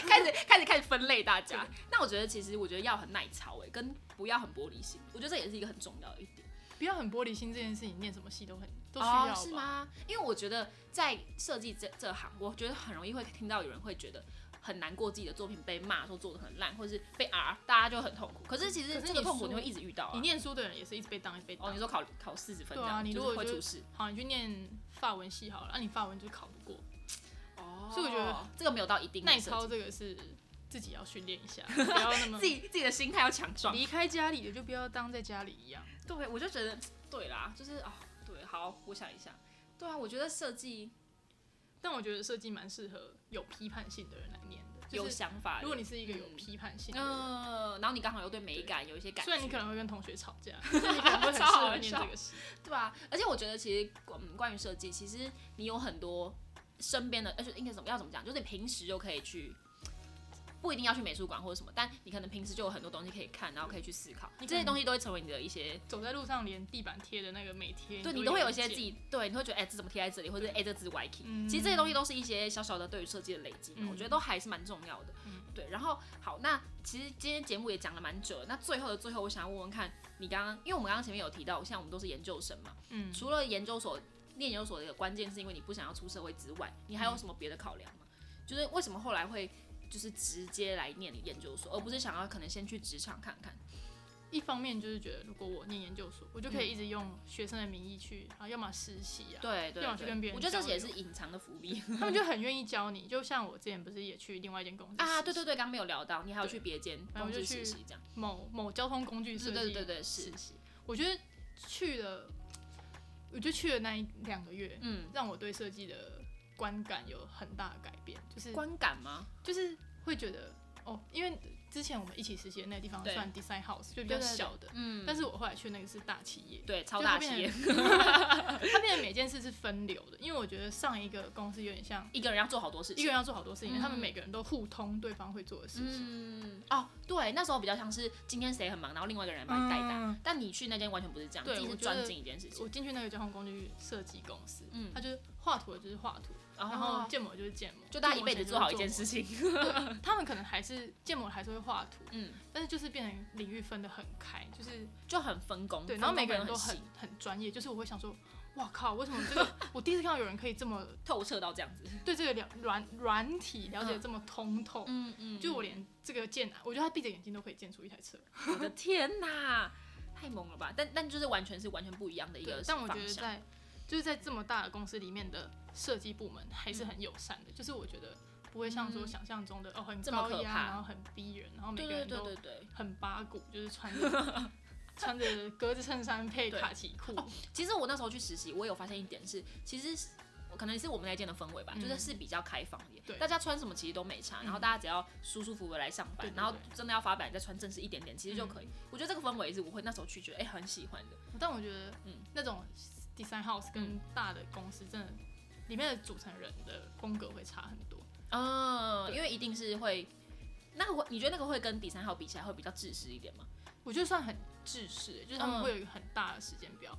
Speaker 1: 开始开始开始分类大家。那我觉得其实我觉得要很耐操哎、跟不要很玻璃心，我觉得这也是一个很重要的一点。
Speaker 2: 不要很玻璃心这件事情，念什么戏都很都需要、
Speaker 1: 哦，是？吗？因为我觉得在设计这这行，我觉得很容易会听到有人会觉得很难过自己的作品被骂说做的很烂，或是被 R，大家就很痛苦。可是其实
Speaker 2: 可是
Speaker 1: 这个
Speaker 2: 你
Speaker 1: 痛苦你
Speaker 2: 输
Speaker 1: 会一直遇到、啊。
Speaker 2: 你念书的人也是一直被当，一直被当。
Speaker 1: 哦，你说考考四十分这
Speaker 2: 对啊
Speaker 1: 样，
Speaker 2: 你
Speaker 1: 就
Speaker 2: 如
Speaker 1: 是
Speaker 2: 果
Speaker 1: 会
Speaker 2: 就
Speaker 1: 出
Speaker 2: 是
Speaker 1: 事。
Speaker 2: 好，你去念法文系好了，那、啊你法文就是考不过，
Speaker 1: 哦
Speaker 2: 所以我觉得
Speaker 1: 这个没有到一定的
Speaker 2: 耐
Speaker 1: 嗯设
Speaker 2: 操
Speaker 1: 计，
Speaker 2: 这个是自己要训练 一下，不要那么
Speaker 1: 自己自己的心态要强壮。
Speaker 2: 离开家里的就不要当在家里一样。
Speaker 1: 对，我就觉得对啦，就是啊、对，好，我想一下，对啊，我觉得设计
Speaker 2: 但我觉得设计蛮适合有批判性的人来念的，就
Speaker 1: 有
Speaker 2: 是
Speaker 1: 想法的，
Speaker 2: 如果你是一个有
Speaker 1: 嗯
Speaker 2: 批判性的人。
Speaker 1: 嗯、然后你刚好又对美
Speaker 2: 对
Speaker 1: 感有一些感觉，
Speaker 2: 虽然你可能会跟同学吵 架，但是你可能会很适合念这个戏。
Speaker 1: 对啊，而且我觉得其实嗯，关于设计，其实你有很多身边的，而且呃应该怎么要怎么讲，就是你平时就可以去。不一定要去美术馆或者什么，但你可能平时就有很多东西可以看，然后可以去思考，
Speaker 2: 你可
Speaker 1: 这些
Speaker 2: 能
Speaker 1: 东西都会成为你的一些
Speaker 2: 走在路上，连地板贴的那个每贴，
Speaker 1: 对你都会有一些
Speaker 2: 意
Speaker 1: 自
Speaker 2: 见
Speaker 1: 己，对，你会觉得哎、这怎么贴在这里，或者哎、这字歪 key，、
Speaker 2: 嗯
Speaker 1: 其实这些东西都是一些小小的对于设计的累积嘛，
Speaker 2: 嗯
Speaker 1: 我觉得都还是蛮重要的。
Speaker 2: 嗯
Speaker 1: 对，然后好，那其实今天节目也讲了蛮久了，那最后的最后，我想要问问看你刚刚，因为我们刚刚前面有提到，像我们都是研究生嘛，
Speaker 2: 嗯，
Speaker 1: 除了研究所念研究所的一个关键是因为你不想要出社会之外，你还
Speaker 2: 嗯
Speaker 1: 有什么别的考量吗？就是为什么后来会就是直接来念研究所，而不是想要可能先去职场看看？
Speaker 2: 一方面就是觉得，如果我念研究所，我就可以一直用学生的名义去，啊，要么实习啊，
Speaker 1: 对对
Speaker 2: 要么去
Speaker 1: 对，
Speaker 2: 跟别人
Speaker 1: 我觉得这
Speaker 2: 交
Speaker 1: 也是
Speaker 2: 流
Speaker 1: 隐藏的伏笔。
Speaker 2: 他们就很愿意教你。就像我之前不是也去另外一间公司
Speaker 1: 啊，
Speaker 2: 实
Speaker 1: 对
Speaker 2: 习
Speaker 1: 对对，刚没有聊到，你还有去别间
Speaker 2: 然后
Speaker 1: 公
Speaker 2: 就
Speaker 1: 司
Speaker 2: 去
Speaker 1: 实习这样。
Speaker 2: 某某交通工具设
Speaker 1: 对
Speaker 2: 计，
Speaker 1: 对对对，是
Speaker 2: 实，习。我觉得去了，我就去了那一两个月，
Speaker 1: 嗯，
Speaker 2: 让我对设计的观感有很大的改变，就是
Speaker 1: 观感吗？
Speaker 2: 就是会觉得哦，因为之前我们一起实习的那个地方
Speaker 1: 对
Speaker 2: 算 design house，就比
Speaker 1: 对对
Speaker 2: 较
Speaker 1: 对
Speaker 2: 小的，
Speaker 1: 嗯，
Speaker 2: 但是我后来去那个是大企业，
Speaker 1: 对超
Speaker 2: 就
Speaker 1: 大
Speaker 2: 它变
Speaker 1: 企业，
Speaker 2: 它变得每件事是分流的，因为我觉得上一个公司有点像
Speaker 1: 一个人要做好多事
Speaker 2: 一
Speaker 1: 情
Speaker 2: 个。人要做好多事情，
Speaker 1: 嗯
Speaker 2: 他们每个人都互通对方会做的事情，
Speaker 1: 嗯，哦，对，那时候比较像是今天谁很忙，然后另外一个人帮你代打。
Speaker 2: 嗯
Speaker 1: 但你去那间完全不是这样，
Speaker 2: 对
Speaker 1: 你自己
Speaker 2: 我
Speaker 1: 是
Speaker 2: 觉得
Speaker 1: 专精一件事情。
Speaker 2: 我进去那个交通工具设计公司，
Speaker 1: 嗯哦
Speaker 2: 他就是画图的就是画图，然后建模就是建模，
Speaker 1: 就大家一辈子做好一件事
Speaker 2: 情。
Speaker 1: 情。
Speaker 2: 他们可能还是建模还是会画图，
Speaker 1: 嗯，
Speaker 2: 但是就是变成领域分得很开，就是
Speaker 1: 就很分工，
Speaker 2: 对，
Speaker 1: 分
Speaker 2: 然后
Speaker 1: 工
Speaker 2: 每个
Speaker 1: 分
Speaker 2: 人
Speaker 1: 得
Speaker 2: 都
Speaker 1: 很
Speaker 2: 很
Speaker 1: 细
Speaker 2: 很专业，就是我会想说，哇靠，为什么这个我第一次看到有人可以这么
Speaker 1: 透彻到这样子。
Speaker 2: 对这个了软软体了解得这么通透？
Speaker 1: 嗯嗯
Speaker 2: 就我连这个建，我觉得他闭着眼睛都可以建出一台车。
Speaker 1: 我的天哪，太猛了吧！但但就是完全是完全不一样的一
Speaker 2: 对
Speaker 1: 个，
Speaker 2: 但我觉
Speaker 1: 方
Speaker 2: 得
Speaker 1: 向
Speaker 2: 在就是在这么大的公司里面的设计部门还是很友善的，就是我觉得不会像说
Speaker 1: 嗯
Speaker 2: 想象中的、哦很
Speaker 1: 这么
Speaker 2: 高
Speaker 1: 可
Speaker 2: 压，
Speaker 1: 怕
Speaker 2: 然后很逼人，然后每
Speaker 1: 对
Speaker 2: 个
Speaker 1: 对
Speaker 2: 人
Speaker 1: 对
Speaker 2: 都
Speaker 1: 对对。
Speaker 2: 很八股，就是穿着 穿着格子衬衫配
Speaker 1: 对
Speaker 2: 卡其裤，
Speaker 1: 哦其实我那时候去实习，我有发现一点是，其实是可能是我们那间的氛围吧，
Speaker 2: 嗯
Speaker 1: 就是是比较开放一点，
Speaker 2: 对
Speaker 1: 大家穿什么其实都没差，
Speaker 2: 嗯
Speaker 1: 然后大家只要舒舒服服地来上班，
Speaker 2: 对对对嗯
Speaker 1: 然后真的要发表你再穿正式一点点，其实就可以。我觉得这个氛围是我会那时候去觉得哎、很喜欢的，
Speaker 2: 但我觉得
Speaker 1: 嗯
Speaker 2: 那种 design house 跟大的公司真的里面的组成人的风格会差很多。
Speaker 1: 嗯，
Speaker 2: 哦对
Speaker 1: 因为一定是会。那个会，你觉得那个会跟第三号比起来会比较自私一点吗？
Speaker 2: 我觉得算很制式欸的，就是他们
Speaker 1: 嗯
Speaker 2: 会有一个很大的时间表，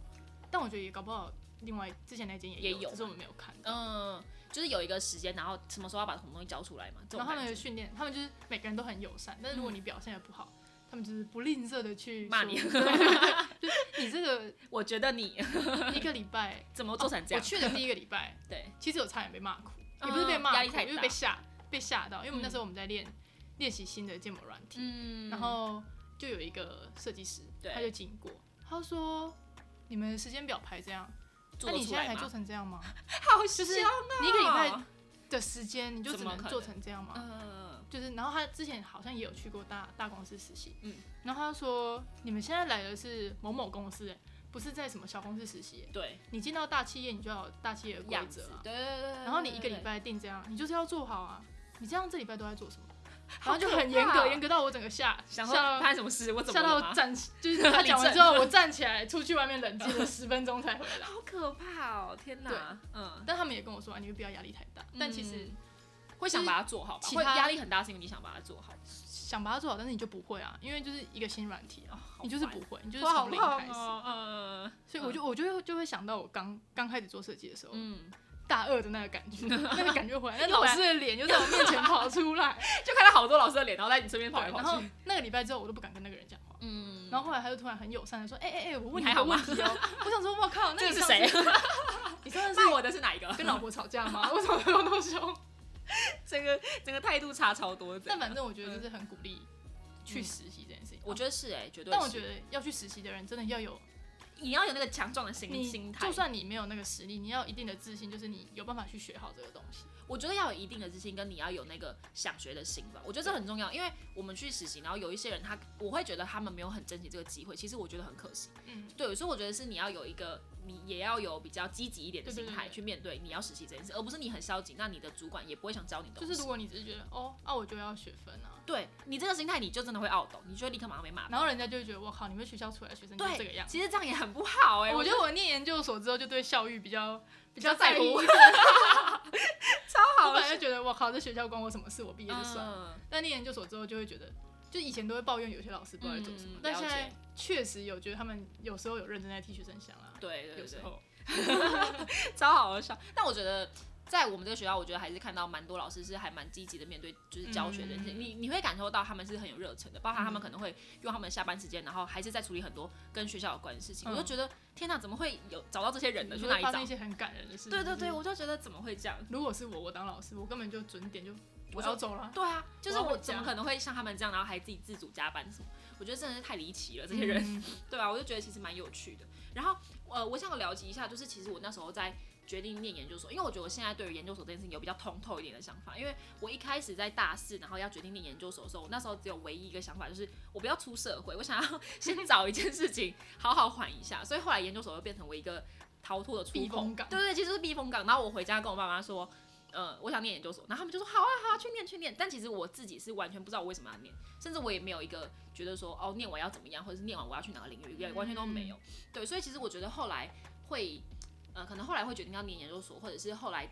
Speaker 2: 但我觉得也搞不好。另外，之前那间也
Speaker 1: 也有
Speaker 2: 只是我们没有看到。
Speaker 1: 嗯，就是有一个时间，然后什么时候要把什么东西交出来嘛？这种
Speaker 2: 然后他
Speaker 1: 感
Speaker 2: 们的
Speaker 1: 觉
Speaker 2: 训练，他们就是每个人都很友善，但是如果
Speaker 1: 嗯
Speaker 2: 你表现的不好，他们就是不吝啬的去
Speaker 1: 骂
Speaker 2: 说
Speaker 1: 你
Speaker 2: 就是你 这个
Speaker 1: 我觉得 你
Speaker 2: 一个礼拜，哦
Speaker 1: 怎么做成这
Speaker 2: 我
Speaker 1: 样？
Speaker 2: 去的第一个礼拜，
Speaker 1: 对，
Speaker 2: 其实有差点被骂哭，
Speaker 1: 嗯
Speaker 2: 也不是被骂哭，
Speaker 1: 压力太大
Speaker 2: 就是被吓被吓到，因为我们
Speaker 1: 嗯
Speaker 2: 那时候我们在练练习新的建模软体，
Speaker 1: 嗯
Speaker 2: 然后就有一个设计师，
Speaker 1: 对
Speaker 2: 他就经过，他就说你们的时间表排这样，
Speaker 1: 做
Speaker 2: 那
Speaker 1: 得
Speaker 2: 你
Speaker 1: 出
Speaker 2: 现在
Speaker 1: 来
Speaker 2: 才
Speaker 1: 吗
Speaker 2: 做成这样吗？
Speaker 1: 好
Speaker 2: 就是
Speaker 1: 香
Speaker 2: 你一个礼拜
Speaker 1: 哦
Speaker 2: 的时间，你就只
Speaker 1: 怎么可能
Speaker 2: 做成这样吗？
Speaker 1: 嗯，
Speaker 2: 就是，然后他之前好像也有去过大大公司实习，
Speaker 1: 嗯，
Speaker 2: 然后他就说你们现在来的是某某公司、不是在什么小公司实习、
Speaker 1: 对，
Speaker 2: 你进到大企业，你就要有大企业的规
Speaker 1: 样子
Speaker 2: 则，啊。
Speaker 1: 对对对对。
Speaker 2: 然后你一
Speaker 1: 嗯
Speaker 2: 个礼拜定这样，你就是要做好啊。你这样这礼拜都在做什么？然
Speaker 1: 哦
Speaker 2: 后就很严格，严
Speaker 1: 格，
Speaker 2: 格到我整个吓吓
Speaker 1: 想说发
Speaker 2: 到
Speaker 1: 生什么事，我怎么
Speaker 2: 吓
Speaker 1: 了
Speaker 2: 到
Speaker 1: 吗？
Speaker 2: 站起，就是 他讲完之后，我站起来出去外面冷静了十分钟才回来。
Speaker 1: 好可怕哦！天哪，嗯，
Speaker 2: 但他们也跟我说啊，你们不要压力太大。但其实
Speaker 1: 嗯会想把它做好吧，
Speaker 2: 其
Speaker 1: 会
Speaker 2: 他
Speaker 1: 压力很大，是因为你想把它做好，
Speaker 2: 想把它做好，但是你就不会啊，因为就是一个新软体啊，
Speaker 1: 哦好
Speaker 2: 你就是
Speaker 1: 烦
Speaker 2: 不会，你就是
Speaker 1: 我好
Speaker 2: 从零开
Speaker 1: 胖
Speaker 2: 始。
Speaker 1: 哦，
Speaker 2: 所以我就我就会就会想到我刚刚开始做设计的时候，
Speaker 1: 嗯嗯，
Speaker 2: 大二的那个感 觉，那个感觉回来，那
Speaker 1: 又回
Speaker 2: 老
Speaker 1: 来
Speaker 2: 师的脸就在我面前跑出来，
Speaker 1: 就看到好多老师的脸，然后在你身边
Speaker 2: 对
Speaker 1: 跑来跑
Speaker 2: 然后
Speaker 1: 去，
Speaker 2: 那个礼拜之后，我都不敢跟那个人讲话。
Speaker 1: 嗯，
Speaker 2: 然后后来他就突然很友善的说：“哎哎哎，我问
Speaker 1: 你还
Speaker 2: 一个
Speaker 1: 好吗
Speaker 2: 问题 哦。”我想说：“我靠，那
Speaker 1: 这个
Speaker 2: 你
Speaker 1: 是
Speaker 2: 上
Speaker 1: 谁
Speaker 2: 次？？ 你上次
Speaker 1: 骂
Speaker 2: 是
Speaker 1: 我的是哪一个？
Speaker 2: 跟老婆吵架吗？ 为什么那么 凶
Speaker 1: 整个整个态度差超多？”的
Speaker 2: 但。反正我觉得就是很鼓励去实习这件事情。
Speaker 1: 我觉得是哎，绝对是。
Speaker 2: 嗯但我觉得要去实习的人真的要有
Speaker 1: 你要有那个强壮的心心
Speaker 2: 你，
Speaker 1: 态，
Speaker 2: 就算你没有那个实力，你要有一定的自信，就是你有办法去学好这个东西。
Speaker 1: 我觉得要有一定的自信，跟你要有那个想学的心吧。我觉得这很重要，因为我们去实习，然后有一些人他，我会觉得他们没有很珍惜这个机会，其实我觉得很可惜。
Speaker 2: 嗯，
Speaker 1: 对，所以我觉得是你要有一个，你也要有比较积极一点的心
Speaker 2: 对对对
Speaker 1: 态
Speaker 2: 对
Speaker 1: 去面对你要实习这件事，而不是你很消极，那你的主管也不会想教你东
Speaker 2: 就
Speaker 1: 西。
Speaker 2: 是如果你只是觉得哦啊，我就要学分啊，
Speaker 1: 对你这个心态，你就真的会懊懂，你就会立刻马上被骂。
Speaker 2: 然后人家就会觉得我靠，你们学校出来的学生就是这个
Speaker 1: 对
Speaker 2: 样，子。嗯
Speaker 1: 其实这样也很不好哎、
Speaker 2: 我
Speaker 1: 我
Speaker 2: 觉
Speaker 1: 觉
Speaker 2: 得
Speaker 1: 得
Speaker 2: 我念研究所之后就对校育比较比
Speaker 1: 较在乎
Speaker 2: 意
Speaker 1: 超
Speaker 2: 我本来就觉得我靠，这学校关我什么事，我毕业就算了。
Speaker 1: 嗯，
Speaker 2: 但念研究所之后就会觉得，就以前都会抱怨有些老师不知道在做什么
Speaker 1: 嗯，
Speaker 2: 但
Speaker 1: 了
Speaker 2: 现
Speaker 1: 解
Speaker 2: 在确实有觉得他们有时候有认真在替学生想啦，
Speaker 1: 对对
Speaker 2: 有
Speaker 1: 对
Speaker 2: 时
Speaker 1: 对。
Speaker 2: 候
Speaker 1: 超好笑。但我觉得在我们这个学校，我觉得还是看到蛮多老师是还蛮积极的面对，就是教学这件事情。
Speaker 2: 嗯
Speaker 1: 你你会感受到他们是很有热忱的，包含他们
Speaker 2: 嗯
Speaker 1: 可能会用他们下班时间，然后还是在处理很多跟学校有关的事情。
Speaker 2: 嗯
Speaker 1: 我就觉得天哪，怎么会有找到这些人呢？
Speaker 2: 你
Speaker 1: 去
Speaker 2: 就
Speaker 1: 哪
Speaker 2: 会
Speaker 1: 里
Speaker 2: 发生
Speaker 1: 找
Speaker 2: 一？些很感人的事情。
Speaker 1: 对对
Speaker 2: 就是
Speaker 1: 对，我就觉得怎么会这样？
Speaker 2: 如果是我，我当老师，我根本就准点就
Speaker 1: 我
Speaker 2: 我
Speaker 1: 就
Speaker 2: 要走了。
Speaker 1: 对啊，就是
Speaker 2: 我要回
Speaker 1: 我
Speaker 2: 家
Speaker 1: 怎么可能会像他们这样，然后还自己自主加班什么？我觉得真的是太离奇了，这些人。
Speaker 2: 嗯
Speaker 1: 对啊吧、我就觉得其实蛮有趣的。然后呃，我想了解一下，就是其实我那时候在决定念研究所，因为我觉得我现在对于研究所这件事情有比较通透一点的想法。因为我一开始在大四，然后要决定念研究所的时候，我那时候只有唯一一个想法，就是我不要出社会，我想要 先找一件事情好好缓一下。所以后来研究所就变成我一个逃脱的出
Speaker 2: 避
Speaker 1: 口
Speaker 2: 风。港
Speaker 1: 对对，其实是避风港。然后我回家跟我爸妈说。呃，我想念研究所，然后他们就说好啊好啊，去念去念。但其实我自己是完全不知道我为什么要念，甚至我也没有一个觉得说哦，念嗯完要怎么样，或者是念完我要去哪个领域，也完全都没有。对，所以其实我觉得后来会呃，可能后来会决定要念研究所，或者是后来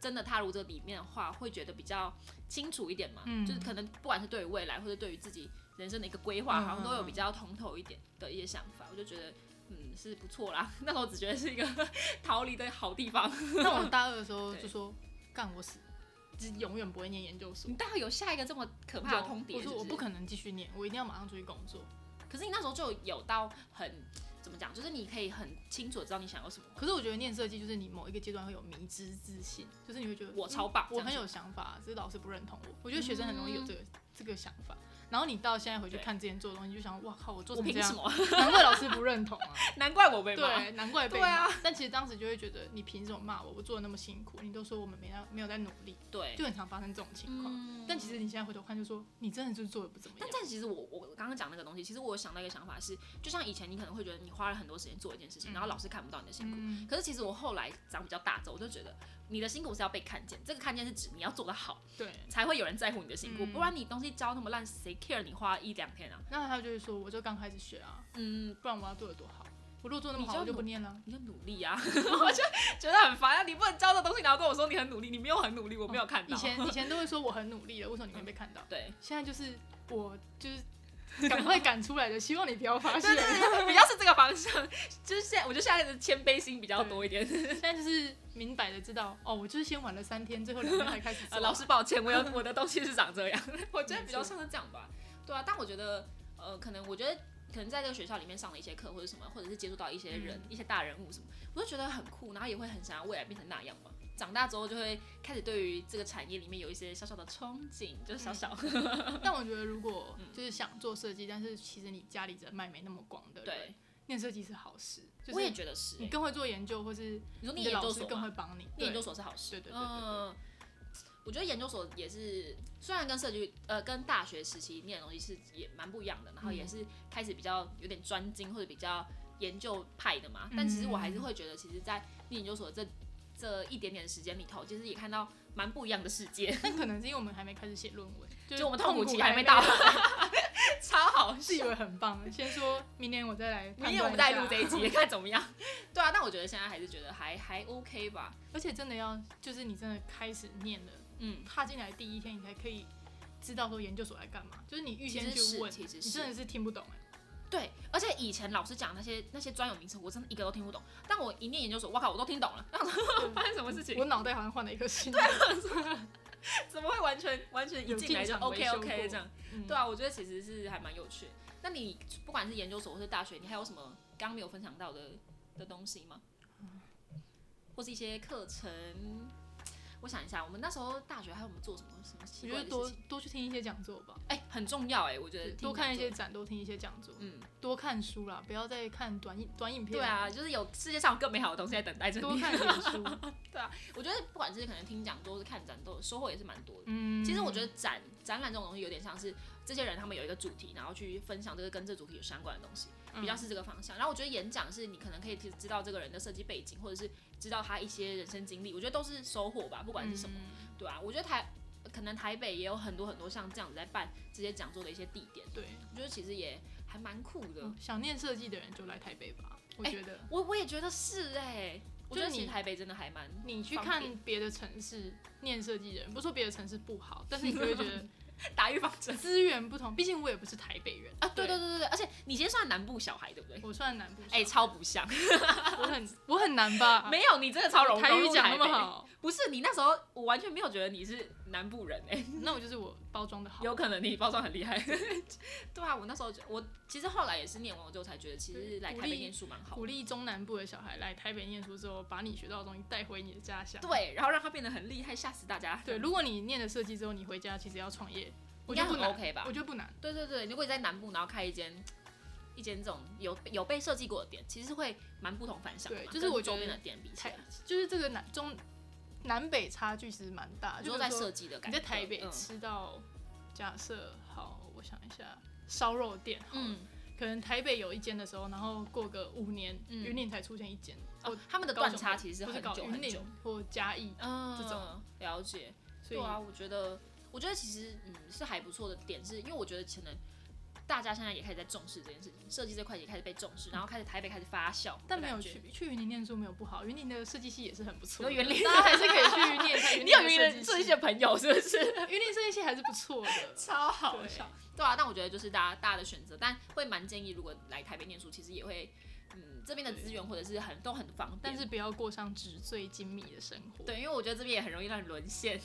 Speaker 1: 真的踏入这里面的话，会觉得比较清楚一点嘛，
Speaker 2: 嗯
Speaker 1: 就是可能不管是对于未来，或者对于自己人生的一个规划，
Speaker 2: 嗯
Speaker 1: 好像都有
Speaker 2: 嗯
Speaker 1: 比较通透一点的一些想法，我就觉得。嗯，是不错啦。 那时候只觉得是一个逃离的好地方。
Speaker 2: 嗯那我大二的时 候
Speaker 1: 对
Speaker 2: 就说，干我死，就是永远不会念研究 所
Speaker 1: 你。大概有下一个这么可怕的通牒，
Speaker 2: 我说我不
Speaker 1: 可。
Speaker 2: 可能继续念，我一定要马上出去工作。
Speaker 1: 可是你那时候就有到很怎么讲，就是你可以很清楚地知道你想要什么。
Speaker 2: 可是我觉得念设计就是你某一个阶段会有迷之自信，就是你会觉得嗯
Speaker 1: 我超棒这
Speaker 2: 我
Speaker 1: 样子
Speaker 2: 很有想法，只是老师不认同我。我觉得学生很容易有这个、这个想法，然后你到现在回去
Speaker 1: 对
Speaker 2: 看之前做的东西，你就想哇靠，我做
Speaker 1: 我
Speaker 2: 成这
Speaker 1: 凭什
Speaker 2: 样，
Speaker 1: 么？
Speaker 2: 难怪老师不认同啊。
Speaker 1: 难怪我被骂。
Speaker 2: 对，难怪 被
Speaker 1: 对啊
Speaker 2: 骂但其实当时就会觉得你凭什么骂我？我做的那么辛苦，你都说我们没那没有在努力，
Speaker 1: 对，
Speaker 2: 就很常发生这种情况。
Speaker 1: 嗯
Speaker 2: 但其实你现在回头看，就说你真的就是做的不怎么样
Speaker 1: 但。但其实我我刚刚讲那个东西，其实我有想到一个想法是，就像以前你可能会觉得你花了很多时间做一件事情，
Speaker 2: 嗯
Speaker 1: 然后老师看不到你的辛苦。
Speaker 2: 嗯，
Speaker 1: 可是其实我后来长比较大之后，我就觉得你的辛苦是要被看见，这个看见是指你要做得好，
Speaker 2: 对。
Speaker 1: 才会有人在乎你的辛苦，
Speaker 2: 嗯
Speaker 1: 不然你东西教那么烂，谁 care 你花一两天啊？
Speaker 2: 那他就会说，我就刚开始学啊，
Speaker 1: 嗯，
Speaker 2: 不然我要做的多好。我如果做那么
Speaker 1: 你
Speaker 2: 好，
Speaker 1: 就
Speaker 2: 我就不
Speaker 1: 努
Speaker 2: 念了。
Speaker 1: 你就努力啊， 我就觉得很烦啊！你不能教这东西，然后跟我说你很努力，你没有很努力，我没有看到。
Speaker 2: 以前以前都会说我很努力了，为什么你没被看到？
Speaker 1: 对，
Speaker 2: 现在就是我就是赶快赶出来的，希望你不要发现。
Speaker 1: 比较是这个方向，就是现在我觉得现在的谦卑心比较多一 点。
Speaker 2: 现在就是明摆的知道，哦，我就是先玩了三天，最后两天才开始做
Speaker 1: 呃，
Speaker 2: 啊。
Speaker 1: 老师抱歉，我有我的东西是长这样， 我觉得比较
Speaker 2: 没错
Speaker 1: 像是这样吧。对啊，但我觉得呃，可能我觉得可能在这个学校里面上了一些课或者什么，或者是接触到一些人、一些大人物什么，我就觉得很酷，然后也会很想要未来变成那样嘛。长大之后就会开始对于这个产业里面有一些小小的憧憬，就是小小、
Speaker 2: 但我觉得，如果
Speaker 1: 嗯
Speaker 2: 就是想做设计，但是其实你家里人脉没那么广的人，
Speaker 1: 对，
Speaker 2: 念设计是好事。就是、
Speaker 1: 我也觉得是、
Speaker 2: 你
Speaker 1: 欸。
Speaker 2: 更会做研究，或是
Speaker 1: 你说
Speaker 2: 你
Speaker 1: 念
Speaker 2: 的
Speaker 1: 研
Speaker 2: 老
Speaker 1: 究
Speaker 2: 师
Speaker 1: 所
Speaker 2: 更
Speaker 1: 吗
Speaker 2: 会帮你。
Speaker 1: 念研
Speaker 2: 对
Speaker 1: 究所是好事。
Speaker 2: 对对对对对
Speaker 1: 嗯，我觉得研究所也是，虽然跟社区呃跟大学时期念的东西是也蛮不一样的，然后
Speaker 2: 嗯
Speaker 1: 也是开始比较有点专精或者比较研究派的
Speaker 2: 嗯
Speaker 1: 嘛，但其实我还是会觉得，其实，在念研究所这这一点点的时间里头，其实也看到蛮不一样的世界，
Speaker 2: 但可能是因为我们还没开始写论文，就是
Speaker 1: 就我们
Speaker 2: 痛
Speaker 1: 痛苦期还
Speaker 2: 没
Speaker 1: 没到， 超好
Speaker 2: 自以
Speaker 1: 笑。
Speaker 2: 为 很棒。先说明年我再来，
Speaker 1: 明天我们再录这一 集，看怎么样。对啊，但我觉得现在还是觉得还还 OK 吧。
Speaker 2: 而且真的要，就是你真的开始念了，
Speaker 1: 嗯，
Speaker 2: 踏进来第一天，你才可以知道说研究所在干嘛。就是你预先
Speaker 1: 其实
Speaker 2: 去
Speaker 1: 是
Speaker 2: 问，
Speaker 1: 其实
Speaker 2: 你
Speaker 1: 是
Speaker 2: 真的是听不懂哎、
Speaker 1: 对，而且以前老师讲那些那些专有名词，我真的一个都听不懂。但我一念研究所，我靠，我都听懂了。 然后
Speaker 2: 对啊
Speaker 1: 发生什么事
Speaker 2: 我
Speaker 1: 情？
Speaker 2: 脑袋好像换了一个新的。
Speaker 1: 怎么会完全完全一
Speaker 2: 有
Speaker 1: 进
Speaker 2: 进
Speaker 1: 来就
Speaker 2: 场
Speaker 1: OK
Speaker 2: 维修
Speaker 1: OK
Speaker 2: 过
Speaker 1: 这样？
Speaker 2: 嗯
Speaker 1: 对啊，我觉得其实是还蛮有趣的。那你不管是研究所或是大学，你还有什么刚没有分享到的的东西吗？或是一些课程？我想一下，我们那时候大学还有我们做什么什么
Speaker 2: 我
Speaker 1: 奇
Speaker 2: 觉
Speaker 1: 怪
Speaker 2: 得
Speaker 1: 的
Speaker 2: 多
Speaker 1: 事情？
Speaker 2: 多去听一些讲座吧，
Speaker 1: 哎、很重要哎、我觉得听
Speaker 2: 多看
Speaker 1: 讲
Speaker 2: 一些
Speaker 1: 座，
Speaker 2: 展，多听一些讲座，
Speaker 1: 嗯，
Speaker 2: 多看书啦，不要再看短影短影片。
Speaker 1: 对，啊，就是有世界上有更美好的东西在等待着你。
Speaker 2: 多看点书。
Speaker 1: 我觉得不管是可能听讲座、是看展，都收获也是蛮多的。
Speaker 2: 嗯，
Speaker 1: 其实我觉得展展览这种东西有点像是这些人他们有一个主题，然后去分享这个跟这主题有相关的东西，
Speaker 2: 得
Speaker 1: 比较是这个方向。然后我觉得演讲是你可能可以知知道这个人的设计背景，或者是知道他一些人生经历，我觉得都是收获吧，不
Speaker 2: 不
Speaker 1: 管是什么，
Speaker 2: 嗯
Speaker 1: 对啊，我觉得台可能台北也有很多很多像这样子在办这些讲座的一些地点，
Speaker 2: 对，
Speaker 1: 我觉得其实也还蛮酷的
Speaker 2: 嗯。想念设计的人就来台北吧，我
Speaker 1: 哎
Speaker 2: 觉得。
Speaker 1: 我我也觉得是哎、我觉得
Speaker 2: 就
Speaker 1: 其
Speaker 2: 你
Speaker 1: 实台北真的还蛮
Speaker 2: 你去
Speaker 1: 方
Speaker 2: 看
Speaker 1: 便
Speaker 2: 别的城市念设计的人，不是说别的城市不好，但是你就会觉 得
Speaker 1: 打预防针
Speaker 2: 资源不同，毕竟我也不是台北人
Speaker 1: 啊，对对，对对对，而且你其实算南部小孩对不对？
Speaker 2: 我算南部小，
Speaker 1: 哎、超不像，
Speaker 2: 我很我很难吧？
Speaker 1: 没有你真的超容易
Speaker 2: 啊台语讲那么，好，
Speaker 1: 不是你那时候我完全没有觉得你是南部人哎、
Speaker 2: 那我就是我包装的好，
Speaker 1: 有可能你包装很厉害。 对啊，我那时候觉我其实后来也是念完我之后才觉得，其实
Speaker 2: 对
Speaker 1: 来
Speaker 2: 鼓
Speaker 1: 台北
Speaker 2: 励
Speaker 1: 念书蛮好
Speaker 2: 鼓
Speaker 1: 的。
Speaker 2: 励中南部的小孩来台北念书之后，把你学到的东西带回你的家乡。
Speaker 1: 对，啊然后让他变得很厉害，吓死大家。
Speaker 2: 对，如果你念了设计之后，你回家其实要创业，我
Speaker 1: 应
Speaker 2: 觉
Speaker 1: 该
Speaker 2: 得不
Speaker 1: 很
Speaker 2: 难
Speaker 1: OK 吧
Speaker 2: 我？觉得不难。
Speaker 1: 对对对，如果你在南部，然后开一间一间这种有有被设计过的店，其实会蛮不同凡响的嘛。
Speaker 2: 对就是
Speaker 1: 跟
Speaker 2: 我觉
Speaker 1: 周
Speaker 2: 得
Speaker 1: 边的店比起
Speaker 2: 台
Speaker 1: 来，
Speaker 2: 就是这个南中南北差距其实蛮大，
Speaker 1: 你
Speaker 2: 就
Speaker 1: 说在
Speaker 2: 是说
Speaker 1: 设计的
Speaker 2: 你
Speaker 1: 感觉，
Speaker 2: 在台北
Speaker 1: 嗯
Speaker 2: 吃到，假设好，我想一下，烧肉店，嗯，
Speaker 1: 嗯，
Speaker 2: 可能台北有一间的时候，然后过个五年，
Speaker 1: 嗯
Speaker 2: 云、林才出现一间，
Speaker 1: 哦，他们的
Speaker 2: 高
Speaker 1: 断
Speaker 2: 雄
Speaker 1: 差其实
Speaker 2: 不是
Speaker 1: 很
Speaker 2: 搞
Speaker 1: 久
Speaker 2: 云
Speaker 1: 很
Speaker 2: 林
Speaker 1: 久。
Speaker 2: 或嘉义，
Speaker 1: 嗯，
Speaker 2: 这种
Speaker 1: 了解。
Speaker 2: 所
Speaker 1: 对
Speaker 2: 以
Speaker 1: 啊，我觉得，我觉得其实嗯是还不错的点是，因为我觉得可能大家现在也开始在重视这件事情，设计这块也开始被重视，然后开始台北开始发酵，
Speaker 2: 但没有去。去云林念书没有不好，云林的设计系也是很不错的，
Speaker 1: 有云林
Speaker 2: 大家还是可以去念一 下云
Speaker 1: 你有
Speaker 2: 林
Speaker 1: 云
Speaker 2: 的
Speaker 1: 林
Speaker 2: 设
Speaker 1: 设
Speaker 2: 计
Speaker 1: 计
Speaker 2: 系
Speaker 1: 系，的朋友是不 是？
Speaker 2: 云林设计系还是不错的，
Speaker 1: 超好
Speaker 2: 对
Speaker 1: 笑。对啊，但我觉得就是大家大家的选择，但会蛮建议，如果来台北念书，其实也会，嗯，这边的资源或者是很都很方便，
Speaker 2: 但是不要过上纸醉金迷的生活。，
Speaker 1: 对，因为我觉得这边也很容易让你沦陷。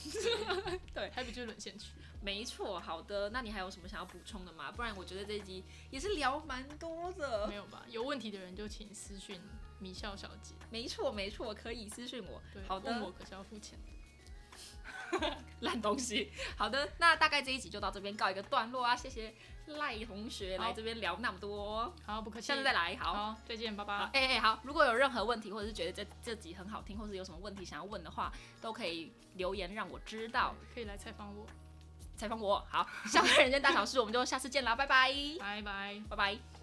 Speaker 2: 台北就是沦陷区。
Speaker 1: 没错，好的，那你还有什么想要补充的吗？不然我觉得这一集也是聊蛮多的
Speaker 2: 没。有吧？有问题的人就请私讯米笑小姐。
Speaker 1: 没错，没错，可以私信我
Speaker 2: 对，。
Speaker 1: 好
Speaker 2: 问
Speaker 1: 的，
Speaker 2: 我可是要付钱的。
Speaker 1: 烂东西。 好的，那大概这一集就到这边告一个段落啊，谢谢赖同学
Speaker 2: 好
Speaker 1: 来这边聊那么多，哦
Speaker 2: 好，不客气。
Speaker 1: 下次再来，好。
Speaker 2: 好，再见，拜拜。
Speaker 1: 好，哎、哎、好，如果有任何问题，或者是觉得这这集很好听，或是有什么问题想要问的话，都可以留言让我知道，
Speaker 2: 可以来采访我，
Speaker 1: 采访我。好，相关人间大小事，我们就下次见啦，拜拜，
Speaker 2: 拜拜。
Speaker 1: 拜拜。